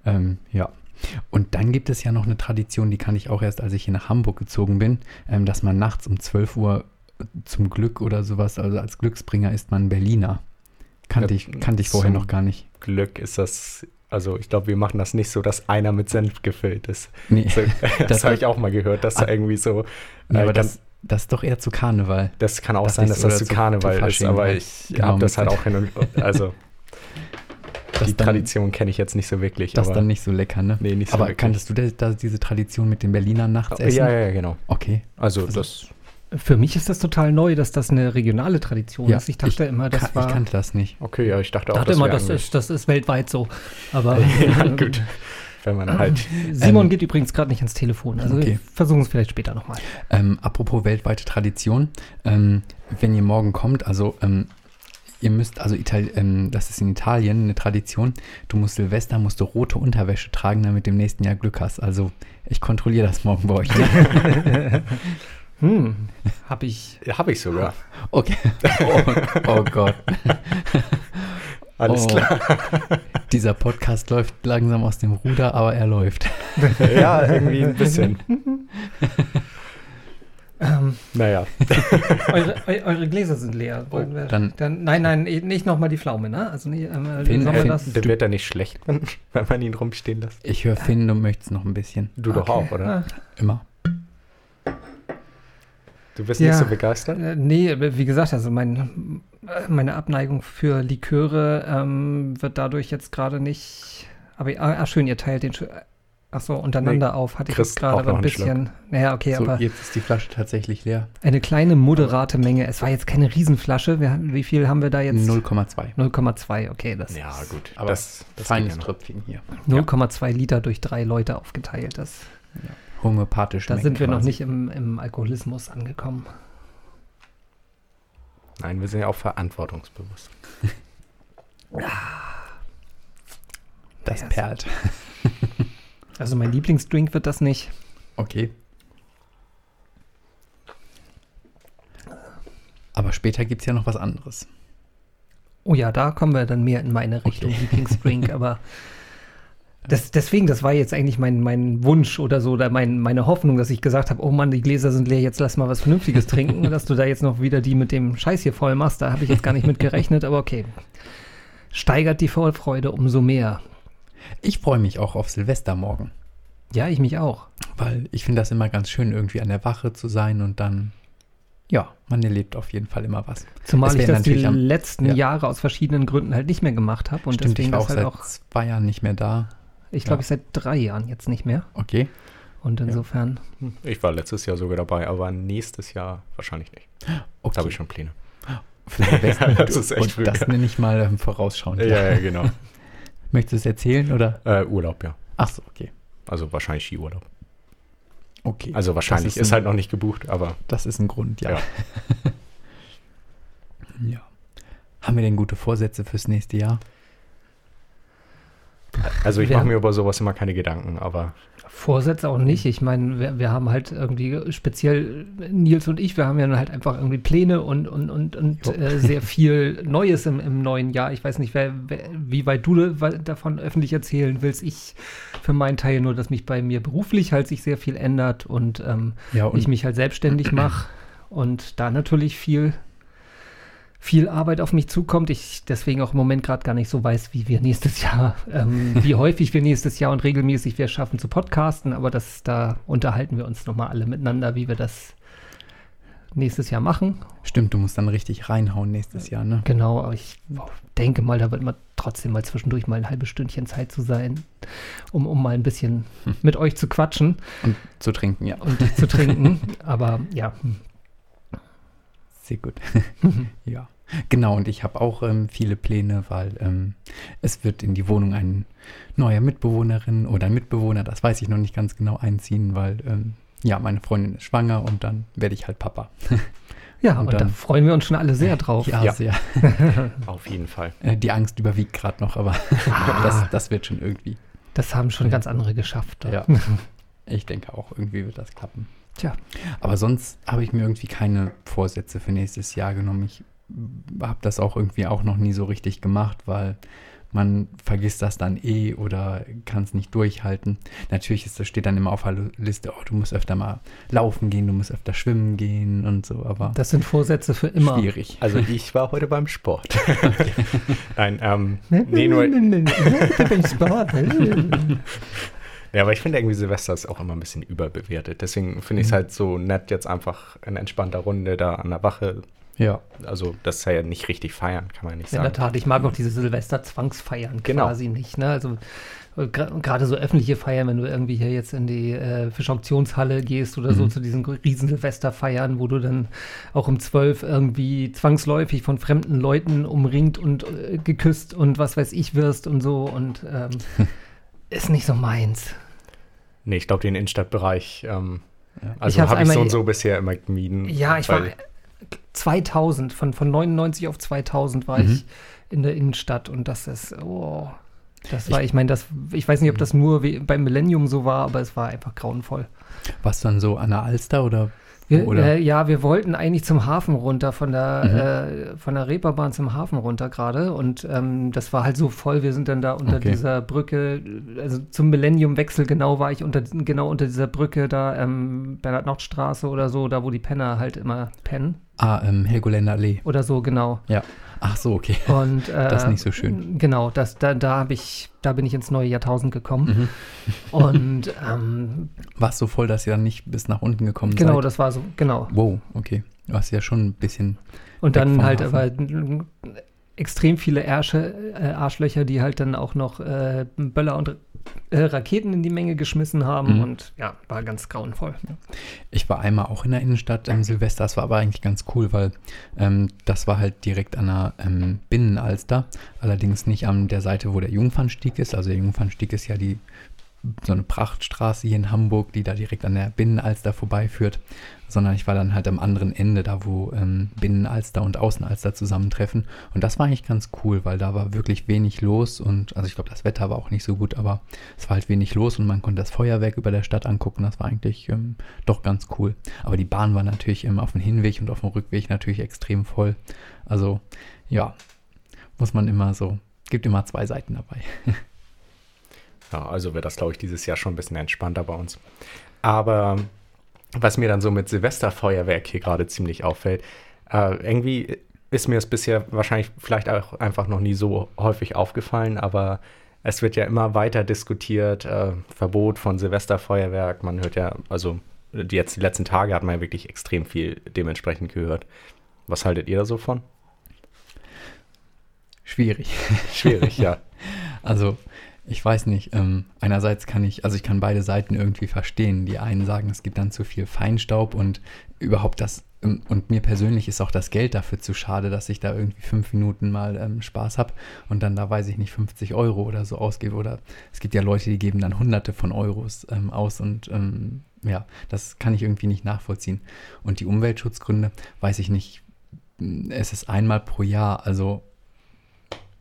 Speaker 3: ähm, ja. Und dann gibt es ja noch eine Tradition, die kannte ich auch erst, als ich hier nach Hamburg gezogen bin, ähm, dass man nachts um 12 Uhr zum Glück oder sowas, also als Glücksbringer isst man Berliner. Kannte,
Speaker 4: Ja,
Speaker 3: ich, kannte ich vorher
Speaker 4: zum-
Speaker 3: noch gar nicht.
Speaker 4: Glück ist das. Also, ich glaube, wir machen das nicht so, dass einer mit Senf gefüllt ist.
Speaker 3: Nee,
Speaker 4: So, das
Speaker 3: Das-
Speaker 4: habe ich auch mal gehört, dass da
Speaker 3: Ah.
Speaker 4: irgendwie so.
Speaker 3: nee
Speaker 4: Äh,
Speaker 3: aber
Speaker 4: ganz-
Speaker 3: das, das ist doch eher zu Karneval.
Speaker 4: Das kann auch
Speaker 3: Das
Speaker 4: sein,
Speaker 3: nicht
Speaker 4: dass
Speaker 3: so,
Speaker 4: das
Speaker 3: oder
Speaker 4: zu
Speaker 3: zu- zu
Speaker 4: Karneval ist,
Speaker 3: Fasching,
Speaker 4: aber
Speaker 3: ja.
Speaker 4: ich
Speaker 3: Genau,
Speaker 4: habe
Speaker 3: mit
Speaker 4: das halt auch hin und. Also,
Speaker 3: Das
Speaker 4: die
Speaker 3: dann-
Speaker 4: Tradition kenne ich jetzt nicht so wirklich.
Speaker 3: Das
Speaker 4: aber,
Speaker 3: dann nicht so lecker, ne?
Speaker 4: Nee, nicht so
Speaker 3: Aber
Speaker 4: wirklich.
Speaker 3: kanntest du da, da diese Tradition mit den Berlinern nachts essen?
Speaker 4: Ja, ja, ja, genau.
Speaker 3: Okay.
Speaker 4: Also,
Speaker 3: Also,
Speaker 4: das.
Speaker 2: Für mich ist das total neu, dass das eine regionale Tradition
Speaker 3: Ja,
Speaker 2: ist. Ich dachte immer, das
Speaker 3: Ka-
Speaker 2: war.
Speaker 3: ich kannte das nicht.
Speaker 4: Okay, ja, ich dachte auch,
Speaker 2: dachte
Speaker 4: das
Speaker 2: immer,
Speaker 4: wär
Speaker 2: das
Speaker 4: eigentlich-
Speaker 2: ist, das ist weltweit so. Aber
Speaker 4: ja, gut. Wenn man halt.
Speaker 2: Simon
Speaker 3: Ähm,
Speaker 2: geht übrigens gerade nicht ans Telefon. Also
Speaker 3: okay.
Speaker 2: wir versuchen es vielleicht später nochmal.
Speaker 3: Ähm, apropos weltweite Tradition, ähm, wenn ihr morgen kommt, also ähm, ihr müsst, also Ital ähm, das ist in Italien eine Tradition, du musst Silvester, musst du rote Unterwäsche tragen, damit du im nächsten Jahr Glück hast. Also ich kontrolliere das morgen bei euch. Ne?
Speaker 2: Hm, hab ich.
Speaker 4: Habe ich sogar.
Speaker 3: Okay. Oh, oh Gott.
Speaker 4: Alles
Speaker 3: oh.
Speaker 4: klar.
Speaker 3: Dieser Podcast läuft langsam aus dem Ruder, aber er läuft.
Speaker 4: Ja, irgendwie ein bisschen.
Speaker 2: Ähm,
Speaker 4: Naja,
Speaker 2: eure, eu, eure Gläser sind leer.
Speaker 4: Oh,
Speaker 2: Wollen wir-
Speaker 3: dann-
Speaker 2: nein, nein, eh, nicht nochmal die Pflaume, ne? Also nee, ähm,
Speaker 3: Finn,
Speaker 2: sollen wir
Speaker 3: Finn,
Speaker 2: das.
Speaker 4: der wird ja nicht schlecht, wenn, wenn man ihn rumstehen lässt.
Speaker 3: Ich höre Finn, du möchtest noch ein bisschen.
Speaker 4: Du doch auch, oder?
Speaker 2: Ah,
Speaker 3: Immer.
Speaker 4: Du bist
Speaker 2: Ja.
Speaker 4: nicht so begeistert?
Speaker 2: äh, nee, wie gesagt, also mein, äh, meine Abneigung für Liköre ähm, wird dadurch jetzt gerade nicht. Aber ah, ah, schön, ihr teilt den. Sch- Ach so, untereinander auf hatte ich
Speaker 4: Chris
Speaker 2: jetzt gerade
Speaker 4: braucht
Speaker 2: aber
Speaker 4: noch
Speaker 2: ein
Speaker 4: einen Schluck.
Speaker 2: bisschen. Naja, okay,
Speaker 3: so,
Speaker 2: aber
Speaker 3: jetzt ist die Flasche tatsächlich leer.
Speaker 2: eine kleine moderate Menge. Es war jetzt keine Riesenflasche. Wir, haben- wie viel haben wir da jetzt?
Speaker 3: 0,2.
Speaker 2: 0,2, okay, das
Speaker 4: Ja, gut.
Speaker 3: Aber
Speaker 4: das, das
Speaker 3: Feines
Speaker 4: geht ja noch.
Speaker 3: Tröpfchen hier.
Speaker 2: 0,2 Liter durch drei Leute aufgeteilt. Das,
Speaker 3: Homöopathisch.
Speaker 2: da
Speaker 3: schmecken
Speaker 2: sind wir noch
Speaker 3: quasi.
Speaker 2: nicht im, im Alkoholismus angekommen.
Speaker 4: Nein, wir sind ja auch verantwortungsbewusst.
Speaker 3: Das
Speaker 2: Ja, so.
Speaker 3: perlt.
Speaker 2: Also mein Lieblingsdrink wird das nicht.
Speaker 3: Okay. Aber später gibt es ja noch was anderes.
Speaker 2: Oh ja, da kommen wir dann mehr in meine Richtung, wie King's Drink, aber das, deswegen, das war jetzt eigentlich mein, mein Wunsch oder so, oder mein, meine Hoffnung, dass ich gesagt habe, oh Mann, die Gläser sind leer, jetzt lass mal was Vernünftiges trinken, dass du da jetzt noch wieder die mit dem Scheiß hier voll machst, da habe ich jetzt gar nicht mit gerechnet, aber okay. Steigert die Vorfreude umso mehr.
Speaker 3: Ich freue mich auch auf Silvestermorgen,
Speaker 2: Ja, ich mich auch.
Speaker 3: weil ich finde das immer ganz schön, irgendwie an der Wache zu sein und dann, ja, man erlebt auf jeden Fall immer was.
Speaker 2: Zumal
Speaker 3: Es
Speaker 2: ich
Speaker 3: wäre
Speaker 2: das die
Speaker 3: natürlich am-
Speaker 2: letzten
Speaker 3: ja.
Speaker 2: Jahre aus verschiedenen Gründen halt nicht mehr gemacht habe und
Speaker 3: Stimmt,
Speaker 2: deswegen
Speaker 3: ich war auch
Speaker 2: das halt
Speaker 3: seit
Speaker 2: auch,
Speaker 3: zwei Jahren nicht mehr da.
Speaker 2: ich glaube,
Speaker 3: ja.
Speaker 2: ich seit drei Jahren jetzt nicht mehr.
Speaker 3: Okay.
Speaker 2: Und insofern,
Speaker 4: Ich war letztes Jahr sogar dabei, aber nächstes Jahr wahrscheinlich nicht.
Speaker 3: okay.
Speaker 4: Da habe ich schon Pläne.
Speaker 3: Für Silvester.
Speaker 4: Das ist echt früh,
Speaker 3: und das
Speaker 4: ja.
Speaker 3: nenne ich mal ähm, vorausschauend.
Speaker 4: genau.
Speaker 3: Möchtest du es erzählen oder?
Speaker 4: äh, Urlaub, ja.
Speaker 3: Ach so, okay.
Speaker 4: Also wahrscheinlich Skiurlaub.
Speaker 3: Okay.
Speaker 4: Also
Speaker 3: ist
Speaker 4: wahrscheinlich ist,
Speaker 3: ein-
Speaker 4: halt noch nicht gebucht, aber
Speaker 3: Das ist ein Grund, ja.
Speaker 4: Ja.
Speaker 3: Ja. Haben wir denn gute Vorsätze fürs nächste Jahr?
Speaker 4: also ich
Speaker 2: Wir
Speaker 4: mache
Speaker 2: haben-
Speaker 4: mir über sowas immer keine Gedanken, aber
Speaker 2: Vorsätze auch nicht. Ich meine, wir, wir haben halt irgendwie, speziell Nils und ich, wir haben ja dann halt einfach irgendwie Pläne und, und, und, und
Speaker 3: Jo.
Speaker 2: äh, sehr viel Neues im, im neuen Jahr. Ich weiß nicht, wer, wer, wie weit du da- wa- davon öffentlich erzählen willst. Ich für meinen Teil nur, dass mich bei mir beruflich halt sich sehr viel ändert und ähm,
Speaker 3: Ja,
Speaker 2: ich mich halt selbstständig mache und da natürlich viel viel Arbeit auf mich zukommt. Ich deswegen auch im Moment gerade gar nicht so weiß, wie wir nächstes Jahr, ähm, wie häufig wir nächstes Jahr und regelmäßig wir schaffen zu podcasten, aber das da unterhalten wir uns nochmal alle miteinander, wie wir das nächstes Jahr machen.
Speaker 3: stimmt, du musst dann richtig reinhauen nächstes Jahr, ne?
Speaker 2: Genau, aber ich denke mal, da wird man trotzdem mal zwischendurch mal ein halbes Stündchen Zeit zu sein, um, um mal ein bisschen mit euch zu quatschen
Speaker 3: Und zu trinken, ja.
Speaker 2: und zu trinken. Aber ja,
Speaker 3: Sehr gut. ja. Genau, und ich habe auch ähm, viele Pläne, weil ähm, es wird in die Wohnung ein neuer Mitbewohnerin oder ein Mitbewohner, das weiß ich noch nicht ganz genau, einziehen, weil ähm, ja, meine Freundin ist schwanger und dann werde ich halt Papa.
Speaker 2: Ja, und,
Speaker 3: Und
Speaker 2: da
Speaker 3: dann-
Speaker 2: freuen wir uns schon alle sehr drauf.
Speaker 4: Ja.
Speaker 3: sehr.
Speaker 4: auf jeden Fall.
Speaker 3: Äh, die Angst überwiegt gerade noch, aber das, das wird schon irgendwie.
Speaker 2: Das haben schon ganz andere geschafft.
Speaker 3: Ja. Ich denke auch, irgendwie wird das klappen.
Speaker 2: Tja.
Speaker 3: Aber sonst habe ich mir irgendwie keine Vorsätze für nächstes Jahr genommen. Ich habe das auch irgendwie auch noch nie so richtig gemacht, weil man vergisst das dann eh oder kann es nicht durchhalten. Natürlich ist das steht dann immer auf der Liste, oh, du musst öfter mal laufen gehen, du musst öfter schwimmen gehen und so, aber
Speaker 2: Das sind Vorsätze für immer.
Speaker 3: schwierig.
Speaker 4: Also ich war heute beim Sport. Nein, ähm,
Speaker 2: Ne? Hm?
Speaker 4: nee, nur, ja, aber ich finde irgendwie Silvester ist auch immer ein bisschen überbewertet. Deswegen finde ich
Speaker 2: Mhm.
Speaker 4: es halt so nett, jetzt einfach in entspannter Runde da an der Wache.
Speaker 3: Ja.
Speaker 4: Also das ist ja nicht richtig feiern, kann man nicht
Speaker 2: In der
Speaker 4: sagen.
Speaker 2: Tat, ich mag auch diese Silvester-Zwangsfeiern
Speaker 4: Genau.
Speaker 2: quasi nicht. Ne? Also äh, gra- gerade so öffentliche Feiern, wenn du irgendwie hier jetzt in die äh, Fischauktionshalle gehst oder so zu diesen riesen Silvesterfeiern, wo du dann auch um zwölf irgendwie zwangsläufig von fremden Leuten umringt und äh, geküsst und was weiß ich wirst und so und ähm, ist nicht so meins.
Speaker 4: Nee, ich glaube den Innenstadtbereich, ähm,
Speaker 3: Ja.
Speaker 4: also
Speaker 2: hab's
Speaker 4: habe ich so
Speaker 2: einmal-
Speaker 4: und so bisher immer gemieden.
Speaker 2: Ja, ich war
Speaker 4: weil-
Speaker 2: 2000, von, von 99 auf 2000
Speaker 3: Mhm.
Speaker 2: war ich in der Innenstadt und das ist, oh, das war, ich, meine, das, ich weiß nicht, ob
Speaker 3: Mhm.
Speaker 2: das nur we- beim Millennium so war, aber es war einfach grauenvoll.
Speaker 3: Was dann so an der Alster oder
Speaker 2: Wir,
Speaker 3: Oder?
Speaker 2: äh, ja, wir wollten eigentlich zum Hafen runter, von
Speaker 3: Mhm.
Speaker 2: der, äh, von der Reeperbahn zum Hafen runter gerade. Und ähm, das war halt so voll. Wir sind dann da unter
Speaker 3: Okay.
Speaker 2: dieser Brücke, also zum Millenniumwechsel genau war ich unter, genau unter dieser Brücke da, ähm, Bernhard-Nocht-Straße oder so, da wo die Penner halt immer pennen
Speaker 3: ah, ähm, Helgoländer Allee.
Speaker 2: oder so, genau.
Speaker 3: Ja. Ach so, okay.
Speaker 2: Und, äh,
Speaker 3: Das ist nicht so schön.
Speaker 2: Genau, das, da, da, hab ich, da bin ich ins neue Jahrtausend gekommen.
Speaker 3: Mhm.
Speaker 2: Und ähm,
Speaker 3: War es so voll, dass ihr dann nicht bis nach unten gekommen seid?
Speaker 2: genau, das war so, genau.
Speaker 3: Wow, okay. Du hast ja schon ein bisschen.
Speaker 2: Und
Speaker 3: Weg
Speaker 2: dann
Speaker 3: vom
Speaker 2: halt
Speaker 3: Hafen.
Speaker 2: aber n- extrem viele Ärsche, äh, Arschlöcher, die halt dann auch noch äh, Böller und äh, Raketen in die Menge geschmissen haben.
Speaker 3: Mhm.
Speaker 2: Und ja, war ganz grauenvoll.
Speaker 3: Ich war einmal auch in der Innenstadt am Silvester. Das war aber eigentlich ganz cool, weil ähm, das war halt direkt an der ähm, Binnenalster. Allerdings nicht an der Seite, wo der Jungfernstieg ist. Also der Jungfernstieg ist ja die so eine Prachtstraße hier in Hamburg, die da direkt an der Binnenalster vorbeiführt, sondern ich war dann halt am anderen Ende, da wo ähm, Binnenalster und Außenalster zusammentreffen. Und das war eigentlich ganz cool, weil da war wirklich wenig los und also ich glaube, das Wetter war auch nicht so gut, aber es war halt wenig los und man konnte das Feuerwerk über der Stadt angucken. Das war eigentlich ähm, doch ganz cool. Aber die Bahn war natürlich ähm, auf dem Hinweg und auf dem Rückweg natürlich extrem voll. Also ja, Muss man immer so. Gibt immer zwei Seiten dabei.
Speaker 4: Ja, also wird das, glaube ich, dieses Jahr schon ein bisschen entspannter bei uns. Aber ähm, was mir dann so mit Silvesterfeuerwerk hier gerade ziemlich auffällt, äh, irgendwie ist mir es bisher wahrscheinlich vielleicht auch einfach noch nie so häufig aufgefallen, aber es wird ja immer weiter diskutiert, äh, Verbot von Silvesterfeuerwerk. Man hört ja, also die- jetzt die letzten Tage hat man ja wirklich extrem viel dementsprechend gehört. Was haltet ihr da so von?
Speaker 3: Schwierig.
Speaker 4: Schwierig, ja.
Speaker 3: Also, ich weiß nicht. Ähm, einerseits kann ich, also ich kann beide Seiten irgendwie verstehen. Die einen sagen, es gibt dann zu viel Feinstaub und überhaupt das, ähm, und mir persönlich ist auch das Geld dafür zu schade, dass ich da irgendwie fünf Minuten mal ähm, Spaß habe und dann da, weiß ich nicht, 50 Euro oder so ausgebe. Oder es gibt ja Leute, die geben dann hunderte von Euros ähm, aus und ähm, ja, das kann ich irgendwie nicht nachvollziehen. Und die Umweltschutzgründe, weiß ich nicht. Es ist einmal pro Jahr, also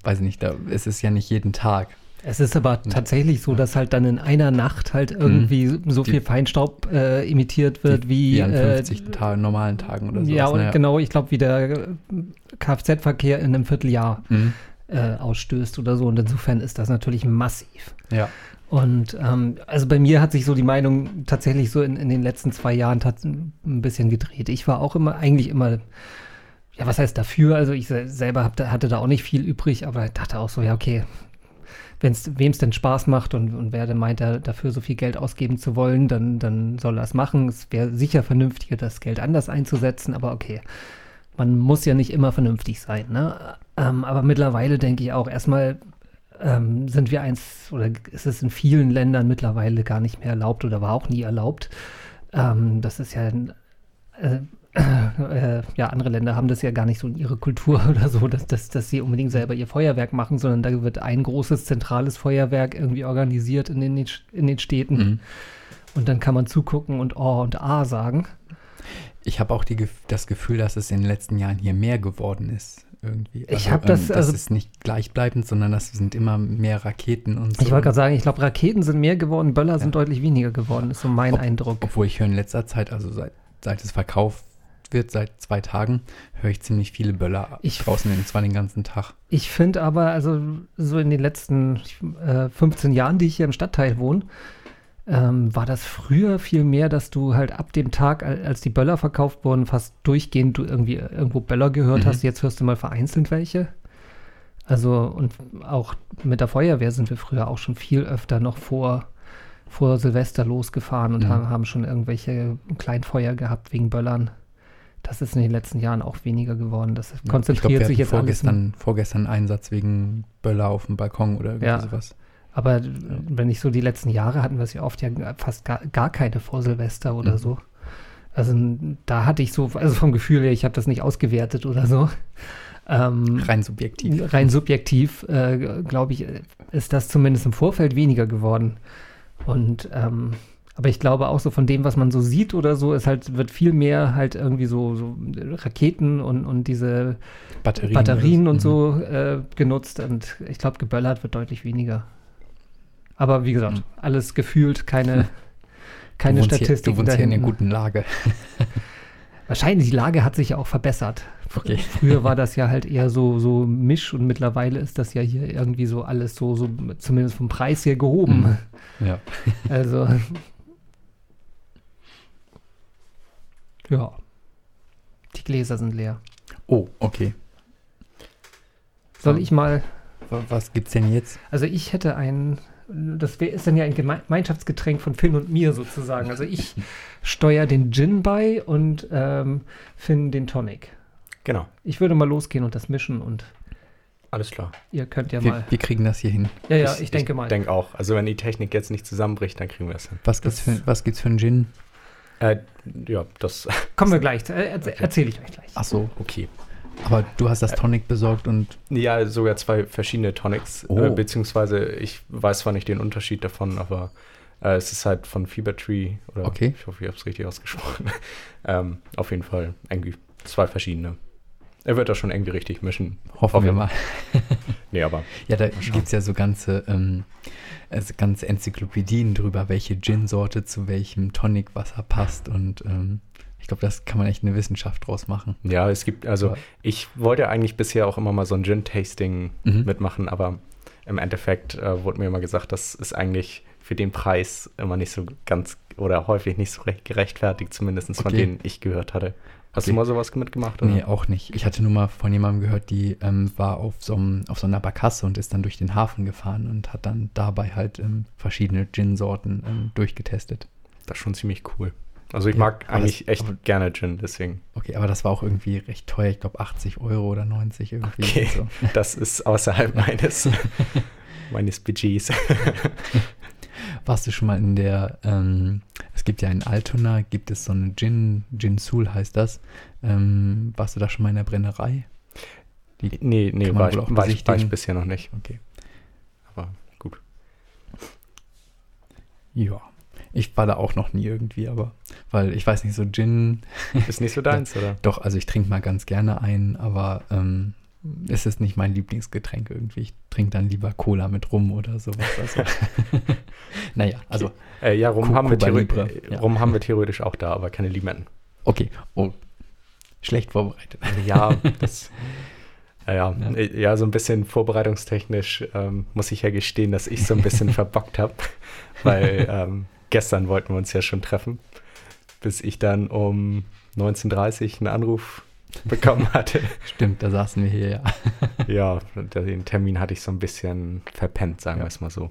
Speaker 3: weiß ich nicht, da, es ist ja nicht jeden Tag.
Speaker 2: Es ist aber tatsächlich so, dass halt dann in einer Nacht halt irgendwie so
Speaker 3: Mhm. Die-
Speaker 2: viel Feinstaub äh, imitiert wird
Speaker 3: Die-
Speaker 2: wie.
Speaker 3: wie an
Speaker 2: äh,
Speaker 3: 50 Ta normalen Tagen oder ne? so.
Speaker 2: ja, und genau, ich glaube, wie der Kfz-Verkehr in einem Vierteljahr
Speaker 3: Mhm.
Speaker 2: äh, ausstößt oder so. Und insofern ist das natürlich massiv.
Speaker 3: Ja.
Speaker 2: Und ähm, also bei mir hat sich so die Meinung tatsächlich so in, in den letzten zwei Jahren tats- ein bisschen gedreht. Ich war auch immer, eigentlich immer, ja, was heißt dafür? Also ich se- selber hab, da- hatte da auch nicht viel übrig, aber dachte auch so, ja, okay, wem es denn Spaß macht und, und wer denn meint, da, dafür so viel Geld ausgeben zu wollen, dann, dann soll er es machen. Es wäre sicher vernünftiger, das Geld anders einzusetzen, aber okay. Man muss ja nicht immer vernünftig sein, ne? Ähm, aber mittlerweile denke ich auch erstmal, ähm, sind wir eins oder ist es in vielen Ländern mittlerweile gar nicht mehr erlaubt oder war auch nie erlaubt. Ähm, das ist ja, ein- äh, äh, ja, andere Länder haben das ja gar nicht so in ihrer Kultur oder so, dass, dass, dass sie unbedingt selber ihr Feuerwerk machen, sondern da wird ein großes zentrales Feuerwerk irgendwie organisiert in den, in den Städten
Speaker 3: Mhm.
Speaker 2: und dann kann man zugucken und Oh und Ah sagen.
Speaker 3: Ich habe auch die, Gef- das Gefühl, dass es in den letzten Jahren hier mehr geworden ist. Irgendwie.
Speaker 2: Ich hab das-
Speaker 3: das
Speaker 2: also-
Speaker 3: ist nicht gleichbleibend, sondern das sind immer mehr Raketen und so.
Speaker 2: Ich wollte gerade sagen, ich glaube, Raketen sind mehr geworden, Böller sind
Speaker 3: Ja.
Speaker 2: deutlich weniger geworden, ist so mein Eindruck.
Speaker 3: Obwohl ich höre in letzter Zeit, also seit, seit es verkauft wird, seit zwei Tagen, höre ich ziemlich viele Böller
Speaker 2: Ich-
Speaker 3: draußen, und zwar den ganzen Tag. ne?
Speaker 2: Ich finde aber, also so in den letzten äh, 15 Jahren, die ich hier im Stadtteil wohne, ähm, war das früher viel mehr, dass du halt ab dem Tag, al- als die Böller verkauft wurden, fast durchgehend du irgendwie äh, irgendwo Böller gehört
Speaker 3: Mhm.
Speaker 2: hast. Jetzt hörst du mal vereinzelt welche. Also und auch mit der Feuerwehr sind wir früher auch schon viel öfter noch vor, vor Silvester losgefahren und
Speaker 3: Mhm.
Speaker 2: haben, haben schon irgendwelche Kleinfeuer gehabt wegen Böllern. Das ist in den letzten Jahren auch weniger geworden. Das
Speaker 3: ich glaub,
Speaker 2: konzentriert
Speaker 3: wir
Speaker 2: sich
Speaker 3: hatten
Speaker 2: jetzt alles ein
Speaker 3: vorgestern, vorgestern Einsatz wegen Böller auf dem Balkon oder irgendwie
Speaker 2: Ja.
Speaker 3: sowas.
Speaker 2: Aber wenn ich so die letzten Jahre hatten wir es ja oft ja fast gar, gar keine vor Silvester oder
Speaker 3: Mhm.
Speaker 2: so. Also n- da hatte ich so, also vom Gefühl her, ich habe das nicht ausgewertet oder so. Ähm,
Speaker 3: Rein subjektiv.
Speaker 2: rein subjektiv, äh, glaube ich, ist das zumindest im Vorfeld weniger geworden. Und ähm, aber ich glaube auch so von dem, was man so sieht oder so, ist halt, wird viel mehr halt irgendwie so, so Raketen und, und diese
Speaker 3: Batterien,
Speaker 2: Batterien
Speaker 3: oder Mhm.
Speaker 2: und so äh, genutzt und ich glaube, geböllert wird deutlich weniger. Aber wie gesagt,
Speaker 3: Mhm.
Speaker 2: alles gefühlt, keine, keine
Speaker 3: du wohnst
Speaker 2: Statistik.
Speaker 3: Hier, du wohnst hier in einer guten Lage.
Speaker 2: Wahrscheinlich, die Lage hat sich ja auch verbessert. Fr-
Speaker 3: Okay.
Speaker 2: Früher war das ja halt eher so, so Misch und mittlerweile ist das ja hier irgendwie so alles so, so zumindest vom Preis her gehoben.
Speaker 3: Mhm. Ja.
Speaker 2: Also. Ja. Die Gläser sind leer.
Speaker 3: Oh, okay.
Speaker 2: Soll ich mal
Speaker 3: Wa- Was gibt's denn jetzt?
Speaker 2: Also ich hätte ein, das wär- ist dann ja ein Gemeinschaftsgetränk von Finn und mir sozusagen. Also ich steuere den Gin bei und ähm, Finn den Tonic.
Speaker 4: Genau,
Speaker 2: Ich würde mal losgehen und das mischen und
Speaker 4: alles klar.
Speaker 2: ihr könnt ja
Speaker 3: Wir,
Speaker 2: mal.
Speaker 3: wir kriegen das hier hin.
Speaker 2: Ja, ja, ich, denke mal.
Speaker 4: Ich denke auch. Also wenn die Technik jetzt nicht zusammenbricht, dann kriegen wir es hin.
Speaker 3: Was gibt's,
Speaker 2: Das-
Speaker 3: für, was gibt's für einen Gin?
Speaker 4: Äh, ja, das.
Speaker 2: Kommen wir gleich. Äh, erzäh Erzähle ich euch gleich.
Speaker 3: Ach so. Äh.
Speaker 4: Okay.
Speaker 3: Aber du hast das Tonic besorgt und
Speaker 4: Ja, sogar zwei verschiedene Tonics, äh,
Speaker 3: Oh.
Speaker 4: beziehungsweise ich weiß zwar nicht den Unterschied davon, aber äh, es ist halt von Fever Tree oder
Speaker 3: Okay.
Speaker 4: ich hoffe, ich habe es richtig ausgesprochen. ähm, auf jeden Fall irgendwie zwei verschiedene. Er wird das schon irgendwie richtig mischen.
Speaker 3: hoffen
Speaker 4: Hoffen.
Speaker 3: wir mal.
Speaker 4: Nee, aber
Speaker 3: Ja, da
Speaker 4: schauen.
Speaker 3: gibt's ja so ganze, ähm, also ganze Enzyklopädien drüber, welche Gin-Sorte zu welchem Tonic-Wasser passt und ähm, Ich glaube, das kann man echt eine Wissenschaft draus machen.
Speaker 4: Ja, es gibt, also
Speaker 3: Ja.
Speaker 4: ich wollte eigentlich bisher auch immer mal so ein Gin-Tasting
Speaker 3: Mhm.
Speaker 4: mitmachen, aber im Endeffekt äh, wurde mir immer gesagt, das ist eigentlich für den Preis immer nicht so ganz oder häufig nicht so recht gerechtfertigt, zumindest von
Speaker 3: Okay.
Speaker 4: denen ich gehört hatte. Hast du
Speaker 3: Okay.
Speaker 4: mal sowas mitgemacht?
Speaker 3: Nee, auch nicht. Ich hatte nur mal von jemandem gehört, die ähm, war auf so, einem, auf so einer Barkasse und ist dann durch den Hafen gefahren und hat dann dabei halt ähm, verschiedene Gin-Sorten ähm, durchgetestet.
Speaker 4: Das ist schon ziemlich cool. Also ich
Speaker 3: Ja,
Speaker 4: mag
Speaker 3: aber
Speaker 4: eigentlich
Speaker 3: das-
Speaker 4: echt
Speaker 3: aber-
Speaker 4: gerne Gin, deswegen.
Speaker 3: Okay, aber das war auch irgendwie recht teuer. Ich glaube 80 Euro oder 90 irgendwie. Also,
Speaker 4: Okay.
Speaker 3: So.
Speaker 4: Das ist außerhalb meines, meines Budgets.
Speaker 3: Warst du schon mal in der, ähm, es gibt ja in Altona, gibt es so eine Gin, Gin Sul heißt das. Ähm, warst du da schon mal in der Brennerei?
Speaker 4: Nee, nee,
Speaker 3: Kann man
Speaker 4: war ich,
Speaker 3: wohl auch
Speaker 4: war, ich, war ich
Speaker 3: besichtigen.
Speaker 4: bisher noch nicht.
Speaker 3: Okay.
Speaker 4: Aber gut.
Speaker 3: Ja. Ich war da auch noch nie irgendwie, aber, weil ich weiß nicht, so Gin,
Speaker 4: Ist nicht so deins, oder?
Speaker 3: doch, also ich trinke mal ganz gerne einen, aber ähm, es ist nicht mein Lieblingsgetränk irgendwie. Ich trinke dann lieber Cola mit Rum oder sowas. Also, naja, also,
Speaker 4: Äh, ja, rum,
Speaker 3: Cu-
Speaker 4: haben wir
Speaker 3: Cuba
Speaker 4: theoretisch,
Speaker 3: Libre,
Speaker 4: äh,
Speaker 3: ja.
Speaker 4: rum haben wir theoretisch auch da, aber keine Limetten.
Speaker 3: okay. Oh, schlecht vorbereitet.
Speaker 4: Ja, das. Ja, ja,
Speaker 3: Ja.
Speaker 4: äh, ja, so ein bisschen vorbereitungstechnisch ähm, muss ich ja gestehen, dass ich so ein bisschen verbockt habe, weil ähm, gestern wollten wir uns ja schon treffen, bis ich dann um 19.30 Uhr einen Anruf bekommen hatte.
Speaker 3: Stimmt, da saßen wir hier, ja.
Speaker 4: ja, den Termin hatte ich so ein bisschen verpennt, sagen
Speaker 3: Ja.
Speaker 4: wir es mal so.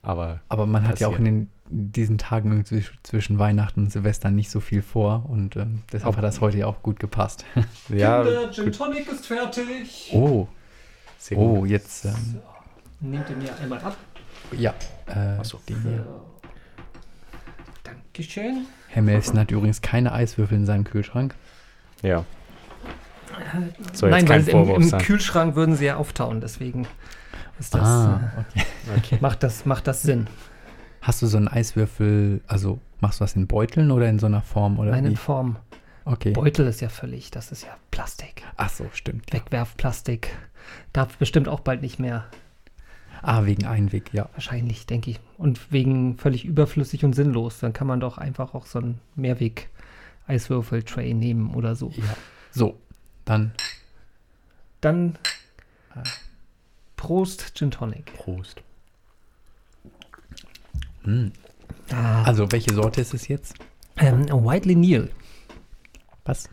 Speaker 4: Aber
Speaker 3: Aber man hat ja auch in
Speaker 4: passiert.
Speaker 3: den, diesen Tagen irgendwie zwisch- zwischen Weihnachten und Silvester nicht so viel vor und ähm, deshalb
Speaker 4: Ob-
Speaker 3: hat das heute ja auch gut gepasst.
Speaker 4: ja,
Speaker 2: Gin Tonic ist fertig.
Speaker 3: Oh,
Speaker 4: sehr gut.
Speaker 3: oh, jetzt, ähm,
Speaker 2: Nehmt ihr mir einmal ab.
Speaker 3: ja. Äh,
Speaker 4: so.
Speaker 3: den hier.
Speaker 2: Dankeschön.
Speaker 3: Herr Melfsen hat übrigens keine Eiswürfel in seinem Kühlschrank.
Speaker 4: ja. Soll jetzt
Speaker 2: Nein,
Speaker 4: kein
Speaker 2: weil im,
Speaker 4: Vorwurf
Speaker 2: im
Speaker 4: sein.
Speaker 2: Kühlschrank würden sie ja auftauen, deswegen ist das,
Speaker 3: ah, okay.
Speaker 2: äh, macht, das, macht das Sinn.
Speaker 3: Hast du so einen Eiswürfel, also machst du das in Beuteln oder in so einer Form oder
Speaker 2: Meine
Speaker 3: wie?
Speaker 2: Form.
Speaker 3: Okay.
Speaker 2: Beutel ist ja völlig, das ist ja Plastik.
Speaker 3: Ach so, stimmt.
Speaker 2: Wegwerfplastik. Darf bestimmt auch bald nicht mehr.
Speaker 3: Ah, wegen Einweg, ja.
Speaker 2: Wahrscheinlich, denke ich. Und wegen völlig überflüssig und sinnlos. Dann kann man doch einfach auch so einen Mehrweg-Eiswürfel-Tray nehmen oder so.
Speaker 3: ja. So, dann
Speaker 2: Dann äh, Prost Gin Tonic.
Speaker 4: Prost.
Speaker 2: Ah,
Speaker 3: Also, welche Sorte ist es jetzt?
Speaker 2: ähm, White Lineal
Speaker 3: Was?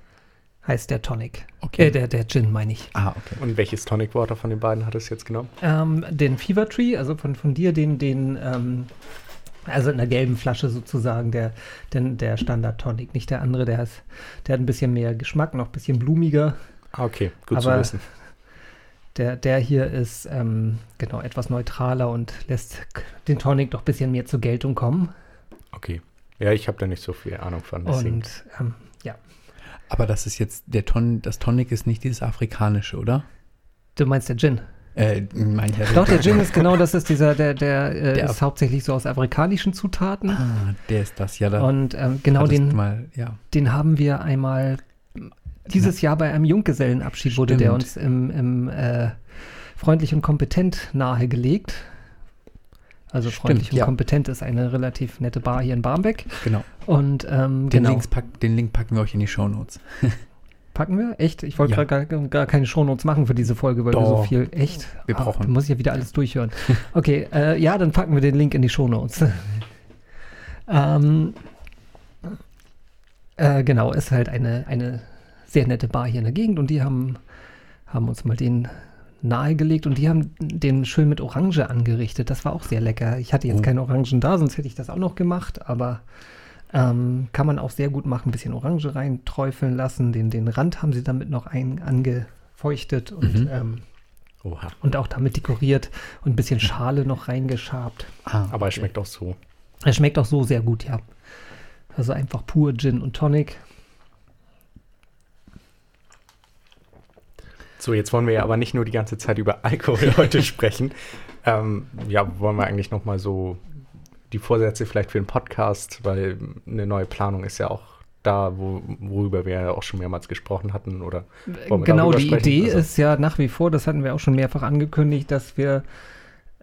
Speaker 2: heißt der Tonic.
Speaker 3: Okay.
Speaker 2: Äh, der, der Gin, meine ich.
Speaker 3: Ah, okay.
Speaker 4: Und welches Tonic Water von den beiden hat es jetzt genommen?
Speaker 2: Ähm, den Fever Tree, also von, von dir, den, den, ähm, also in der gelben Flasche sozusagen, der, den, der Standard Tonic, nicht der andere, der, ist, der hat ein bisschen mehr Geschmack, noch ein bisschen blumiger.
Speaker 4: Ah, okay, gut zu
Speaker 2: Aber-
Speaker 4: wissen.
Speaker 2: Der, der hier ist ähm, genau etwas neutraler und lässt k- den Tonic doch ein bisschen mehr zur Geltung kommen.
Speaker 4: Okay. Ja, ich habe da nicht so viel Ahnung von. Deswegen.
Speaker 2: Und ähm, ja,
Speaker 3: Aber das ist jetzt, der Ton, das Tonic ist nicht dieses afrikanische, oder?
Speaker 2: du meinst der Gin.
Speaker 3: Äh, mein Herr.
Speaker 2: Doch, der Gin ist genau, das ist dieser, der, der, äh,
Speaker 3: Der-
Speaker 2: ist hauptsächlich so aus afrikanischen Zutaten.
Speaker 3: Ah, der ist das, ja. Also Da
Speaker 2: Und ähm, genau
Speaker 3: hattest
Speaker 2: den,
Speaker 3: du Mal, ja.
Speaker 2: Den haben wir einmal dieses Jahr bei einem Junggesellenabschied wurde der
Speaker 3: Stimmt.
Speaker 2: uns im, im äh, freundlich und kompetent nahegelegt. Also
Speaker 3: Stimmt,
Speaker 2: freundlich und
Speaker 3: ja.
Speaker 2: kompetent ist eine relativ nette Bar hier in Barmbek.
Speaker 3: Genau.
Speaker 2: Und ähm,
Speaker 3: Den,
Speaker 2: genau.
Speaker 3: Links pack, den Link packen wir euch in die Shownotes.
Speaker 2: Packen wir? Echt? Ich wollte
Speaker 3: Ja.
Speaker 2: gerade gar, gar keine Shownotes machen für diese Folge, weil wir so
Speaker 3: Doch.
Speaker 2: viel. Echt?
Speaker 3: Wir
Speaker 2: Ah,
Speaker 3: brauchen-
Speaker 2: dann muss ich ja wieder alles durchhören. Okay, äh, ja, dann packen wir den Link in die Shownotes. ähm, äh, genau, ist halt eine, eine sehr nette Bar hier in der Gegend und die haben, haben uns mal den nahegelegt und die haben den schön mit Orange angerichtet. Das war auch sehr lecker. Ich hatte jetzt
Speaker 3: Oh.
Speaker 2: keine Orangen da, sonst hätte ich das auch noch gemacht, aber ähm, kann man auch sehr gut machen. Ein bisschen Orange rein träufeln lassen. Den, den Rand haben sie damit noch ein, angefeuchtet und,
Speaker 3: Mhm.
Speaker 2: ähm,
Speaker 4: Oha.
Speaker 2: und auch damit dekoriert und ein bisschen Schale noch reingeschabt.
Speaker 3: Ah,
Speaker 4: Aber es
Speaker 3: okay.
Speaker 4: schmeckt auch so.
Speaker 2: Es schmeckt auch so sehr gut, ja. Also einfach pur Gin und Tonic.
Speaker 4: So, jetzt wollen wir ja aber nicht nur die ganze Zeit über Alkohol heute sprechen. Ähm, ja, wollen wir eigentlich nochmal so die Vorsätze vielleicht für den Podcast, weil eine neue Planung ist ja auch da, wo, worüber wir ja auch schon mehrmals gesprochen hatten. Oder Wollen wir
Speaker 2: genau,
Speaker 4: darüber
Speaker 2: die
Speaker 4: sprechen?
Speaker 2: Idee
Speaker 4: Also-
Speaker 2: ist ja nach wie vor, das hatten wir auch schon mehrfach angekündigt, dass wir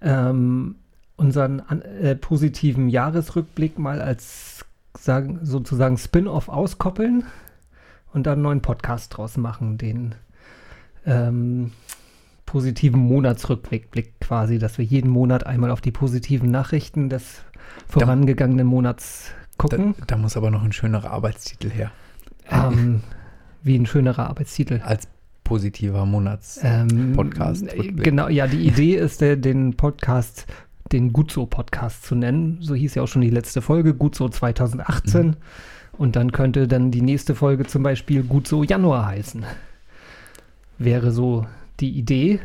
Speaker 2: ähm, unseren an, äh, positiven Jahresrückblick mal als sagen, sozusagen Spin-off auskoppeln und dann einen neuen Podcast draus machen, den ähm, positiven Monatsrückblick Blick quasi, dass wir jeden Monat einmal auf die positiven Nachrichten des vorangegangenen Monats
Speaker 3: Da,
Speaker 2: gucken.
Speaker 3: da muss aber noch ein schönerer Arbeitstitel her.
Speaker 4: äh,
Speaker 2: ähm, wie ein schönerer Arbeitstitel.
Speaker 3: Als positiver Monats.
Speaker 2: Ähm,
Speaker 3: Podcast,
Speaker 2: äh,
Speaker 3: Rückblick.
Speaker 2: Genau, ja, die Idee ist, der, den Podcast, den Gutso-Podcast zu nennen. So hieß ja auch schon die letzte Folge, Gutso 2018. Und dann könnte dann die nächste Folge zum Beispiel Gutso Januar heißen. Wäre so die Idee.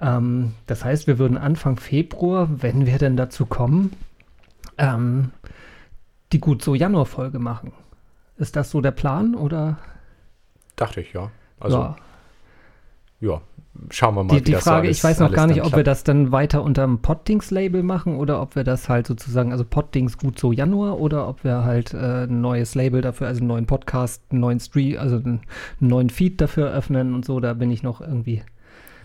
Speaker 2: Ähm, das heißt, wir würden Anfang Februar, wenn wir denn dazu kommen, ähm, die Gutso Januar-Folge machen. Ist das so der Plan oder?
Speaker 4: Dachte ich, ja. Also,
Speaker 2: ja.
Speaker 4: ja, schauen wir mal,
Speaker 2: Die, die
Speaker 4: das so
Speaker 2: Frage,
Speaker 4: alles-
Speaker 2: ich weiß noch
Speaker 4: alles
Speaker 2: gar nicht,
Speaker 4: dann
Speaker 2: ob wir das dann weiter unterm Poddings-Label machen oder ob wir das halt sozusagen, also Poddings gut so Januar oder ob wir halt äh, ein neues Label dafür, also einen neuen Podcast, einen neuen Stream, also einen neuen Feed dafür öffnen und so, da bin ich noch irgendwie.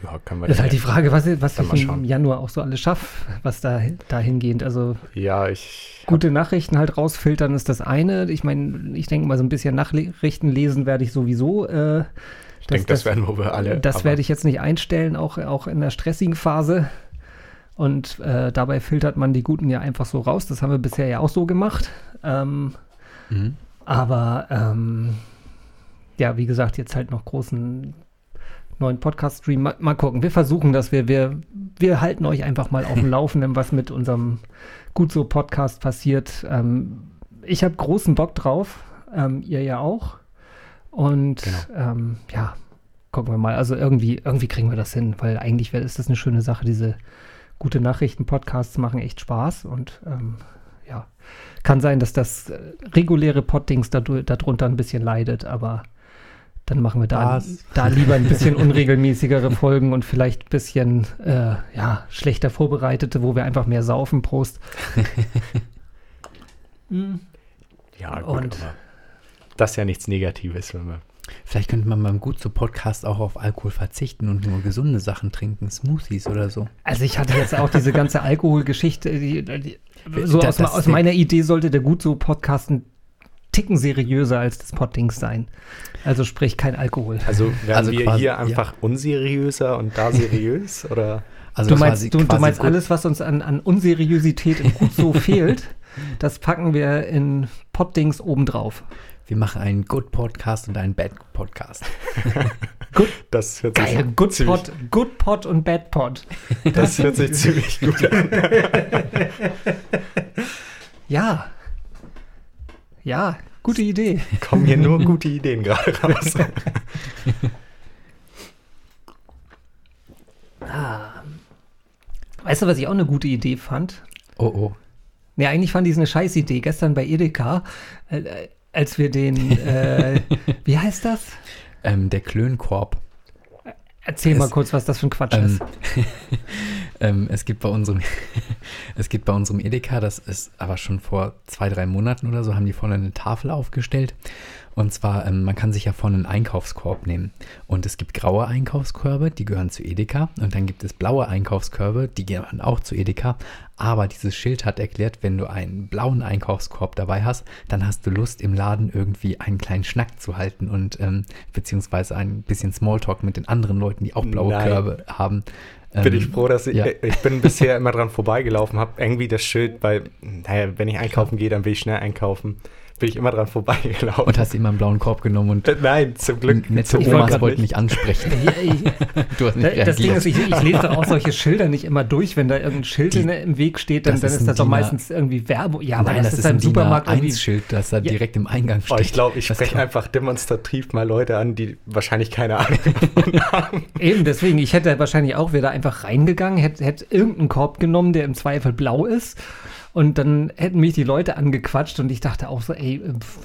Speaker 4: klappt. Ja, können wir
Speaker 2: Das ist halt die Frage, was, was
Speaker 4: Dann mal
Speaker 2: ich im
Speaker 4: schauen.
Speaker 2: Januar auch so alles schaffe, was da dahingehend, also
Speaker 4: Ja, ich.
Speaker 2: gute Nachrichten halt rausfiltern ist das eine. Ich meine, ich denke mal, so ein bisschen Nachrichten lesen werde ich sowieso. Äh,
Speaker 4: Ich denke, das, werden wir alle.
Speaker 2: das
Speaker 4: aber
Speaker 2: werde ich jetzt nicht einstellen, auch, auch in der stressigen Phase. Und äh, dabei filtert man die Guten ja einfach so raus. Das haben wir bisher ja auch so gemacht. Ähm,
Speaker 3: Mhm.
Speaker 2: aber ähm, ja, wie gesagt, jetzt halt noch großen neuen Podcast-Stream. Mal, mal gucken. Wir versuchen, dass wir, wir, wir halten euch einfach mal auf dem Laufenden, was mit unserem gut so Podcast passiert. Ähm, ich habe großen Bock drauf. Ähm, ihr ja auch. Und ähm, ja, gucken wir mal. Also irgendwie, irgendwie kriegen wir das hin, weil eigentlich wär, ist das eine schöne Sache, diese gute Nachrichten-Podcasts machen echt Spaß und ähm, ja, kann sein, dass das äh, reguläre Poddings dadu- darunter ein bisschen leidet, aber dann machen wir da,
Speaker 3: Was?
Speaker 2: da lieber ein bisschen unregelmäßigere Folgen und vielleicht ein bisschen äh, ja, schlechter vorbereitete, wo wir einfach mehr saufen. Prost. Mm.
Speaker 4: Ja, gut,
Speaker 2: Und-
Speaker 4: aber das ist ja nichts Negatives, wenn wir.
Speaker 3: Vielleicht könnte man beim Gut zu Podcast auch auf Alkohol verzichten und nur gesunde Sachen trinken, Smoothies oder so.
Speaker 2: Also ich hatte jetzt auch diese ganze Alkoholgeschichte. Die, die, so
Speaker 3: Da-
Speaker 2: aus,
Speaker 3: das-
Speaker 2: aus meiner Idee sollte der gut so Podcast ein Ticken seriöser als das Poddings sein. Also sprich kein Alkohol.
Speaker 4: Also werden
Speaker 3: Also
Speaker 4: wir
Speaker 3: quasi-
Speaker 4: hier
Speaker 3: ja.
Speaker 4: einfach unseriöser und da seriös? oder?
Speaker 3: Also
Speaker 2: du meinst,
Speaker 3: quasi-
Speaker 2: du, du
Speaker 3: quasi
Speaker 2: meinst
Speaker 3: gut-
Speaker 2: alles, was uns an, an Unseriösität im gut so fehlt, das packen wir in Poddings obendrauf.
Speaker 3: Wir machen einen Good Podcast und einen Bad Podcast.
Speaker 4: Das hört
Speaker 2: Geil,
Speaker 4: sich
Speaker 2: Also Good
Speaker 4: ziemlich,
Speaker 2: Pod, Good Pod und Bad Pod.
Speaker 4: das hört sich ziemlich gut an.
Speaker 2: Ja. Ja, gute Idee.
Speaker 4: Kommen hier nur gute Ideen gerade raus.
Speaker 3: Ähm,
Speaker 2: Weißt du, was ich auch eine gute Idee fand?
Speaker 3: Oh oh.
Speaker 2: Nee, eigentlich fand ich es eine Scheißidee. Gestern bei Edeka, äh, als wir den, äh, wie heißt das?
Speaker 3: Ähm, der Klönkorb.
Speaker 2: Erzähl mal
Speaker 3: Es-
Speaker 2: kurz, was das für ein Quatsch
Speaker 3: Ähm,
Speaker 2: ist.
Speaker 3: ähm, es gibt bei unserem es gibt bei unserem Edeka, das ist aber schon vor zwei, drei Monaten oder so, haben die vorne eine Tafel aufgestellt. Und zwar, ähm, man kann sich ja vorne einen Einkaufskorb nehmen. Und es gibt graue Einkaufskörbe, die gehören zu Edeka. Und dann gibt es blaue Einkaufskörbe, die gehören auch zu Edeka. Aber dieses Schild hat erklärt, wenn du einen blauen Einkaufskorb dabei hast, dann hast du Lust, im Laden irgendwie einen kleinen Schnack zu halten und ähm, beziehungsweise ein bisschen Smalltalk mit den anderen Leuten, die auch blaue
Speaker 4: Nein.
Speaker 3: Körbe haben.
Speaker 4: Bin
Speaker 3: Ähm,
Speaker 4: ich froh, dass ich, äh,
Speaker 3: ja.
Speaker 4: ich bin bisher immer dran vorbeigelaufen, habe irgendwie das Schild, weil, naja, wenn ich einkaufen gehe, dann will ich schnell einkaufen. Bin ich immer dran vorbeigelaufen.
Speaker 3: Und hast immer einen blauen Korb genommen und
Speaker 4: Äh, Nein, zum Glück.
Speaker 3: nette
Speaker 4: Zum
Speaker 2: Ich wollte
Speaker 3: Omas
Speaker 4: Glück
Speaker 3: wollten
Speaker 4: nicht.
Speaker 3: mich ansprechen.
Speaker 2: Ja, ich,
Speaker 3: Du hast nicht
Speaker 2: das Ding
Speaker 3: reagiert.
Speaker 2: ist, ich, ich lese doch auch solche Schilder nicht immer durch. Wenn da irgendein Schild
Speaker 3: Die-
Speaker 2: in- im Weg steht, dann,
Speaker 3: das
Speaker 2: dann
Speaker 3: ist
Speaker 2: ist,
Speaker 3: ein
Speaker 2: das doch
Speaker 3: DIN A-
Speaker 2: meistens irgendwie Werbung. Ja, aber halt
Speaker 3: Nein, das, ist ein
Speaker 2: im Supermarkt
Speaker 3: DIN
Speaker 2: irgendwie.
Speaker 3: A1-Schild, das da direkt im Eingang steht.
Speaker 4: Oh, ich glaube, ich
Speaker 3: Das
Speaker 4: spreche
Speaker 3: glaub-
Speaker 4: einfach demonstrativ mal Leute an, die wahrscheinlich keine Ahnung haben.
Speaker 2: Eben, deswegen, ich hätte wahrscheinlich auch wieder einfach reingegangen, hätte, hätte irgendeinen Korb genommen, der im Zweifel blau ist. Und dann hätten mich die Leute angequatscht und ich dachte auch so, ey, pf,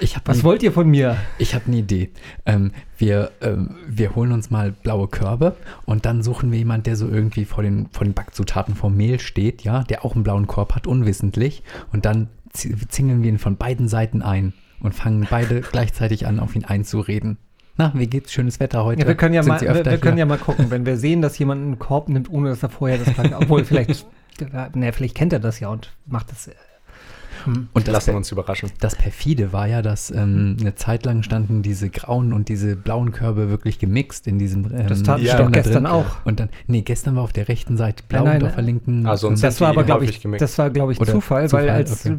Speaker 3: Ich habe
Speaker 2: was wollt ihr von mir?
Speaker 3: Ich habe eine Idee. Ähm, wir, ähm, wir holen uns mal blaue Körbe und dann suchen wir jemanden, der so irgendwie vor den, vor den Backzutaten vom Mehl steht, ja, der auch einen blauen Korb hat, unwissentlich. Und dann zi- zingeln wir ihn von beiden Seiten ein und fangen beide gleichzeitig an, auf ihn einzureden. Na, wie geht's? Schönes Wetter heute.
Speaker 2: Ja, wir können ja
Speaker 3: Sind
Speaker 2: mal,
Speaker 3: Sie
Speaker 2: wir,
Speaker 3: öfter
Speaker 2: wir können
Speaker 3: hier?
Speaker 2: ja mal gucken, wenn wir sehen, dass jemand einen Korb nimmt, ohne dass er vorher das Plakat, obwohl vielleicht, naja, vielleicht kennt er das ja und macht das.
Speaker 3: Und das,
Speaker 4: Lassen wir
Speaker 3: per,
Speaker 4: uns überraschen.
Speaker 3: das perfide war ja, dass ähm, eine Zeit lang standen diese grauen und diese blauen Körbe wirklich gemixt in diesem. Ähm,
Speaker 2: Das tat ich
Speaker 3: Ständer
Speaker 2: doch gestern
Speaker 3: drin.
Speaker 2: auch.
Speaker 3: Und dann, nee, gestern war auf der rechten Seite blau
Speaker 2: Nein, äh, nein,
Speaker 3: und auf der linken.
Speaker 4: Also
Speaker 3: und
Speaker 4: uns-
Speaker 2: Das
Speaker 4: sind
Speaker 2: war
Speaker 4: die
Speaker 2: aber, glaube ich,
Speaker 4: häufig gemixt?
Speaker 2: das war, glaube ich,
Speaker 3: Oder
Speaker 2: Zufall,
Speaker 3: Zufall,
Speaker 2: weil als,
Speaker 3: okay.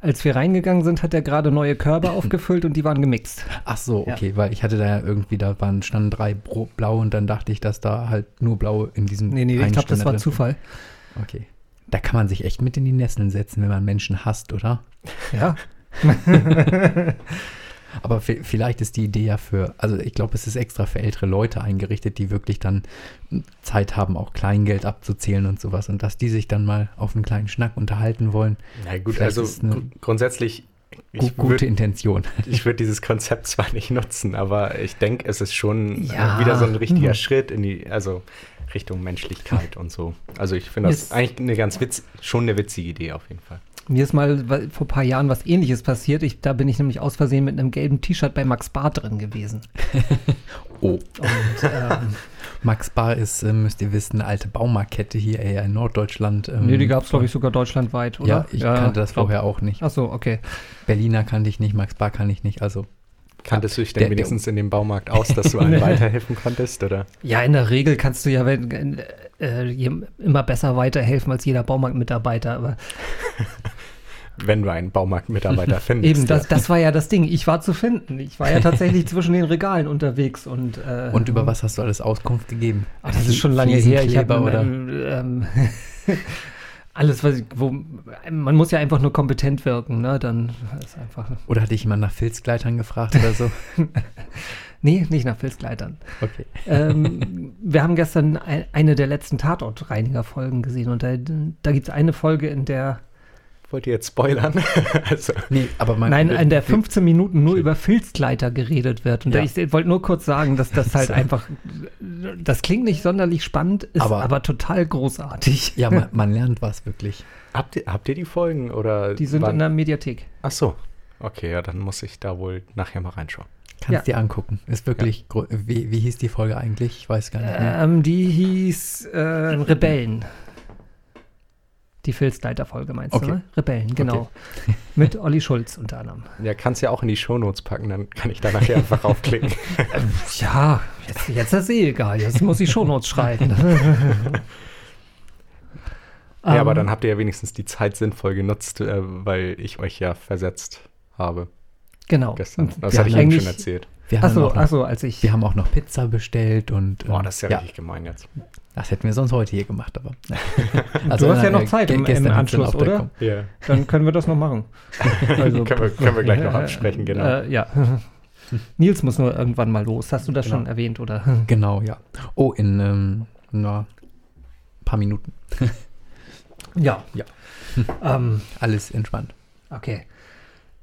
Speaker 2: als wir reingegangen sind, hat er gerade neue Körbe aufgefüllt und die waren gemixt.
Speaker 3: Ach so,
Speaker 2: Ja.
Speaker 3: okay, weil ich hatte da ja irgendwie, da waren standen drei Bro blau und dann dachte ich, dass da halt nur blau in diesem.
Speaker 2: Nee, nee, ich
Speaker 3: einen
Speaker 2: glaube, das
Speaker 3: Ständer
Speaker 2: war
Speaker 3: drin-
Speaker 2: Zufall.
Speaker 3: Okay. Da kann man sich echt mit in die Nesseln setzen, wenn man Menschen hasst, oder?
Speaker 2: Ja.
Speaker 3: Aber vi- vielleicht ist die Idee ja für, also ich glaube, es ist extra für ältere Leute eingerichtet, die wirklich dann Zeit haben, auch Kleingeld abzuzählen und sowas. Und dass die sich dann mal auf einen kleinen Schnack unterhalten wollen.
Speaker 4: Na gut,
Speaker 3: Vielleicht
Speaker 4: also
Speaker 3: ist eine
Speaker 4: gru- grundsätzlich,
Speaker 3: Gu
Speaker 4: ich
Speaker 3: gute
Speaker 4: würde
Speaker 3: Intention.
Speaker 4: ich würd dieses Konzept zwar nicht nutzen, aber ich denke, es ist schon
Speaker 3: Ja.
Speaker 4: äh, wieder so ein richtiger
Speaker 2: Mhm.
Speaker 3: Hm.
Speaker 4: Schritt in die, also Richtung Menschlichkeit und so. Also ich finde das
Speaker 2: Yes.
Speaker 4: eigentlich eine ganz witz, schon eine witzige Idee auf jeden Fall.
Speaker 2: Mir ist mal wa- vor ein paar Jahren was ähnliches passiert. Ich, da bin ich nämlich aus Versehen mit einem gelben T-Shirt bei Max Bar drin gewesen.
Speaker 3: Oh.
Speaker 2: Und ähm,
Speaker 3: Max Bar ist, äh, müsst ihr wissen, eine alte Baumarktkette hier eher in Norddeutschland. ähm,
Speaker 2: nee, die gab es, glaube ich, sogar deutschlandweit, oder?
Speaker 3: Ja, ich kannte das
Speaker 2: glaub-
Speaker 3: vorher auch nicht.
Speaker 2: Ach so, okay.
Speaker 3: Berliner kannte ich nicht, Max Bar kannte ich nicht. Also
Speaker 4: Kanntest du dich
Speaker 3: Der-
Speaker 4: denn
Speaker 3: der-
Speaker 4: wenigstens in dem Baumarkt aus, dass du einem weiterhelfen konntest, oder?
Speaker 2: Ja, in der Regel kannst du ja wenn, äh, jem- immer besser weiterhelfen als jeder Baumarktmitarbeiter. Aber
Speaker 4: Wenn du einen Baumarktmitarbeiter findest.
Speaker 2: eben,
Speaker 4: ja.
Speaker 2: das, das war ja das Ding. Ich war zu finden. Ich war ja tatsächlich zwischen den Regalen unterwegs. Und, äh,
Speaker 3: Und über was hast du alles Auskunft gegeben?
Speaker 2: Ach, das ist schon lange her. Ich habe
Speaker 3: Fliesenkleber oder
Speaker 2: ähm, alles, was ich, wo man muss ja einfach nur kompetent wirken, ne? Dann ist einfach.
Speaker 3: oder hatte ich jemand nach Filzgleitern gefragt oder so?
Speaker 2: Nee, nicht nach Filzgleitern.
Speaker 3: Okay.
Speaker 2: ähm, wir haben gestern ein, eine der letzten Tatortreiniger-Folgen gesehen und da, da gibt es eine Folge, in der
Speaker 4: Wollt ihr jetzt spoilern? also,
Speaker 3: Nee, aber man
Speaker 2: Nein, in der 15 Minuten nur über Filzgleiter geredet wird. Und
Speaker 3: Ja.
Speaker 2: ich wollte nur kurz sagen, dass das halt
Speaker 3: So.
Speaker 2: einfach, das klingt nicht sonderlich spannend, ist aber,
Speaker 3: Aber-
Speaker 2: total großartig.
Speaker 3: Ja, man, man lernt was wirklich.
Speaker 4: habt, ihr, habt ihr die Folgen? Oder
Speaker 2: Die sind
Speaker 4: wann-
Speaker 2: in der Mediathek.
Speaker 4: Ach so. Okay, ja, dann muss ich da wohl nachher mal reinschauen.
Speaker 3: Kannst dir angucken. Ist wirklich, gro- wie, wie hieß die Folge eigentlich? Ich weiß gar nicht mehr.
Speaker 2: Ähm, die hieß äh, Rebellen. Die Filzleiterfolge meinst
Speaker 3: Okay.
Speaker 2: du, ne? Rebellen, genau. Mit Olli Schulz unter anderem.
Speaker 4: Ja, kannst ja auch in die Shownotes packen, dann kann ich da nachher einfach raufklicken.
Speaker 2: Ja, jetzt, jetzt ist eh egal. Jetzt muss ich schon uns schreiben.
Speaker 4: ja,
Speaker 2: Ähm.
Speaker 4: aber dann habt ihr ja wenigstens die Zeit sinnvoll genutzt, äh, weil ich euch ja versetzt habe
Speaker 2: genau.
Speaker 4: gestern. Das
Speaker 2: Ja,
Speaker 4: hatte ich eben
Speaker 2: eigentlich-
Speaker 4: schon erzählt.
Speaker 3: Wir haben,
Speaker 2: Achso,
Speaker 3: auch noch,
Speaker 2: achso, als ich.
Speaker 3: wir haben auch noch Pizza bestellt und.
Speaker 4: Boah,
Speaker 3: ähm,
Speaker 4: das ist ja, richtig gemein jetzt.
Speaker 3: Das hätten wir sonst heute hier gemacht, aber.
Speaker 2: du hast ja
Speaker 3: äh,
Speaker 2: noch Zeit
Speaker 3: ge-
Speaker 2: im,
Speaker 3: gestern
Speaker 2: im
Speaker 3: hat's
Speaker 2: Anschluss,
Speaker 3: dann auch
Speaker 2: oder?
Speaker 3: bekommen.
Speaker 4: Ja,
Speaker 2: Dann können wir das noch machen. Also,
Speaker 4: können, wir, können wir gleich noch
Speaker 2: äh,
Speaker 4: absprechen, genau.
Speaker 2: Äh, ja. Nils muss nur irgendwann mal los. Hast du das
Speaker 4: Genau.
Speaker 2: schon erwähnt, oder?
Speaker 3: Genau, ja. Oh, in ähm, na, ein paar Minuten.
Speaker 2: Ja.
Speaker 3: Ja.
Speaker 2: Ähm,
Speaker 3: Alles entspannt.
Speaker 2: okay.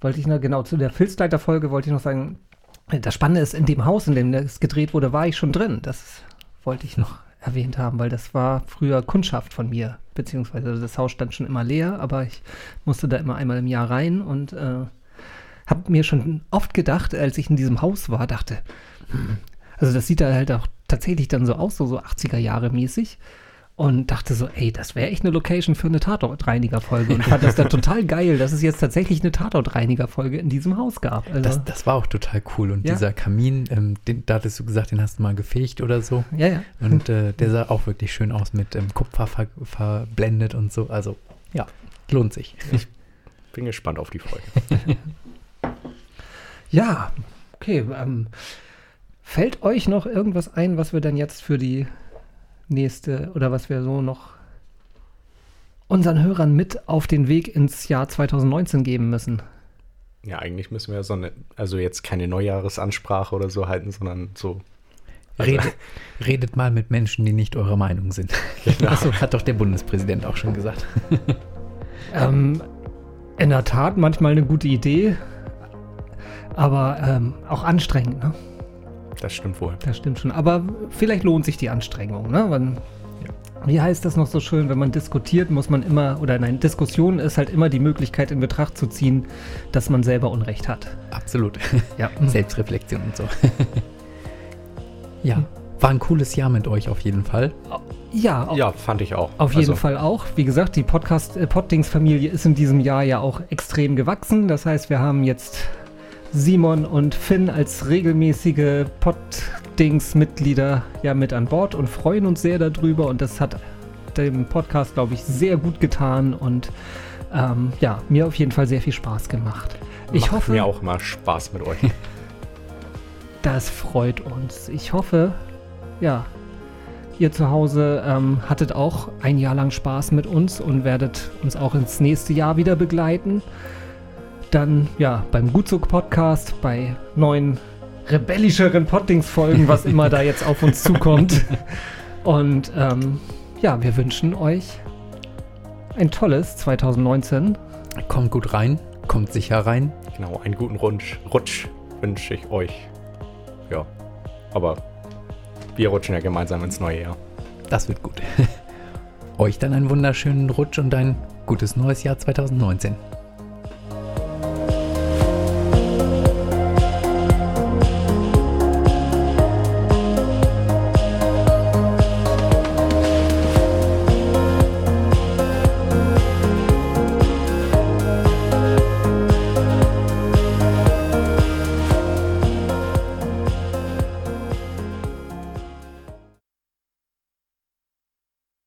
Speaker 2: Wollte ich noch, genau, zu der Filzleiter-Folge wollte ich noch sagen, das Spannende ist, in dem Haus, in dem das gedreht wurde, war ich schon drin. Das wollte ich noch erwähnt haben, weil das war früher Kundschaft von mir, beziehungsweise das Haus stand schon immer leer, aber ich musste da immer einmal im Jahr rein und äh, habe mir schon oft gedacht, als ich in diesem Haus war, dachte, hm, also das sieht da halt auch tatsächlich dann so aus, so, so 80er Jahre mäßig. Und dachte so, ey, das wäre echt eine Location für eine Tatortreiniger-Folge. Und fand das dann total geil, dass es jetzt tatsächlich eine Tatortreiniger-Folge in diesem Haus gab. Also,
Speaker 3: Das, das war auch total cool. Und
Speaker 2: Ja.
Speaker 3: dieser Kamin, ähm, den, da hattest du gesagt, den hast du mal gefegt oder so.
Speaker 2: ja, ja.
Speaker 3: Und äh, der sah auch wirklich schön aus mit ähm, Kupfer ver verblendet und so. Also, ja, lohnt sich.
Speaker 4: Bin gespannt auf die Folge.
Speaker 2: Ja, okay. Ähm, fällt euch noch irgendwas ein, was wir dann jetzt für die nächste oder was wir so noch unseren Hörern mit auf den Weg ins Jahr 2019 geben müssen?
Speaker 4: Ja, eigentlich müssen wir ja so eine, also jetzt keine Neujahresansprache oder so halten, sondern so.
Speaker 3: Redet, redet mal mit Menschen, die nicht eurer Meinung sind. Genau. so hat doch der Bundespräsident auch schon gesagt.
Speaker 2: Ähm, in der Tat manchmal eine gute Idee, aber ähm, auch anstrengend, ne?
Speaker 4: Das stimmt wohl.
Speaker 2: Das stimmt schon. Aber vielleicht lohnt sich die Anstrengung, ne? Man, Wie heißt das noch so schön, wenn man diskutiert, muss man immer, oder nein, Diskussion ist halt immer die Möglichkeit in Betracht zu ziehen, dass man selber Unrecht hat.
Speaker 3: Absolut.
Speaker 2: Ja.
Speaker 3: Selbstreflexion und so. ja, war ein cooles Jahr mit euch auf jeden Fall.
Speaker 2: Ja, au-
Speaker 4: Ja, fand ich auch.
Speaker 2: auf jeden
Speaker 4: Also,
Speaker 2: Fall auch. Wie gesagt, die Podcast äh, Poddings-Familie ist in diesem Jahr ja auch extrem gewachsen. Das heißt, wir haben jetzt Simon und Finn als regelmäßige Poddings-Mitglieder ja mit an Bord und freuen uns sehr darüber. Und das hat dem Podcast, glaube ich, sehr gut getan und ähm, ja, mir auf jeden Fall sehr viel Spaß gemacht. Ich
Speaker 4: macht
Speaker 2: hoffe,
Speaker 4: mir auch immer Spaß mit euch.
Speaker 2: Das freut uns. Ich hoffe, ja, ihr zu Hause ähm, hattet auch ein Jahr lang Spaß mit uns und werdet uns auch ins nächste Jahr wieder begleiten. Dann ja, beim Gutzug-Podcast, bei neuen rebellischeren Pottings-Folgen, was immer da jetzt auf uns zukommt. Und ähm, ja, wir wünschen euch ein tolles 2019.
Speaker 3: Kommt gut rein, kommt sicher rein.
Speaker 4: genau, einen guten Rutsch, Rutsch wünsche ich euch. Ja, aber wir rutschen ja gemeinsam ins neue Jahr.
Speaker 3: Das wird gut. Euch dann einen wunderschönen Rutsch und ein gutes neues Jahr 2019.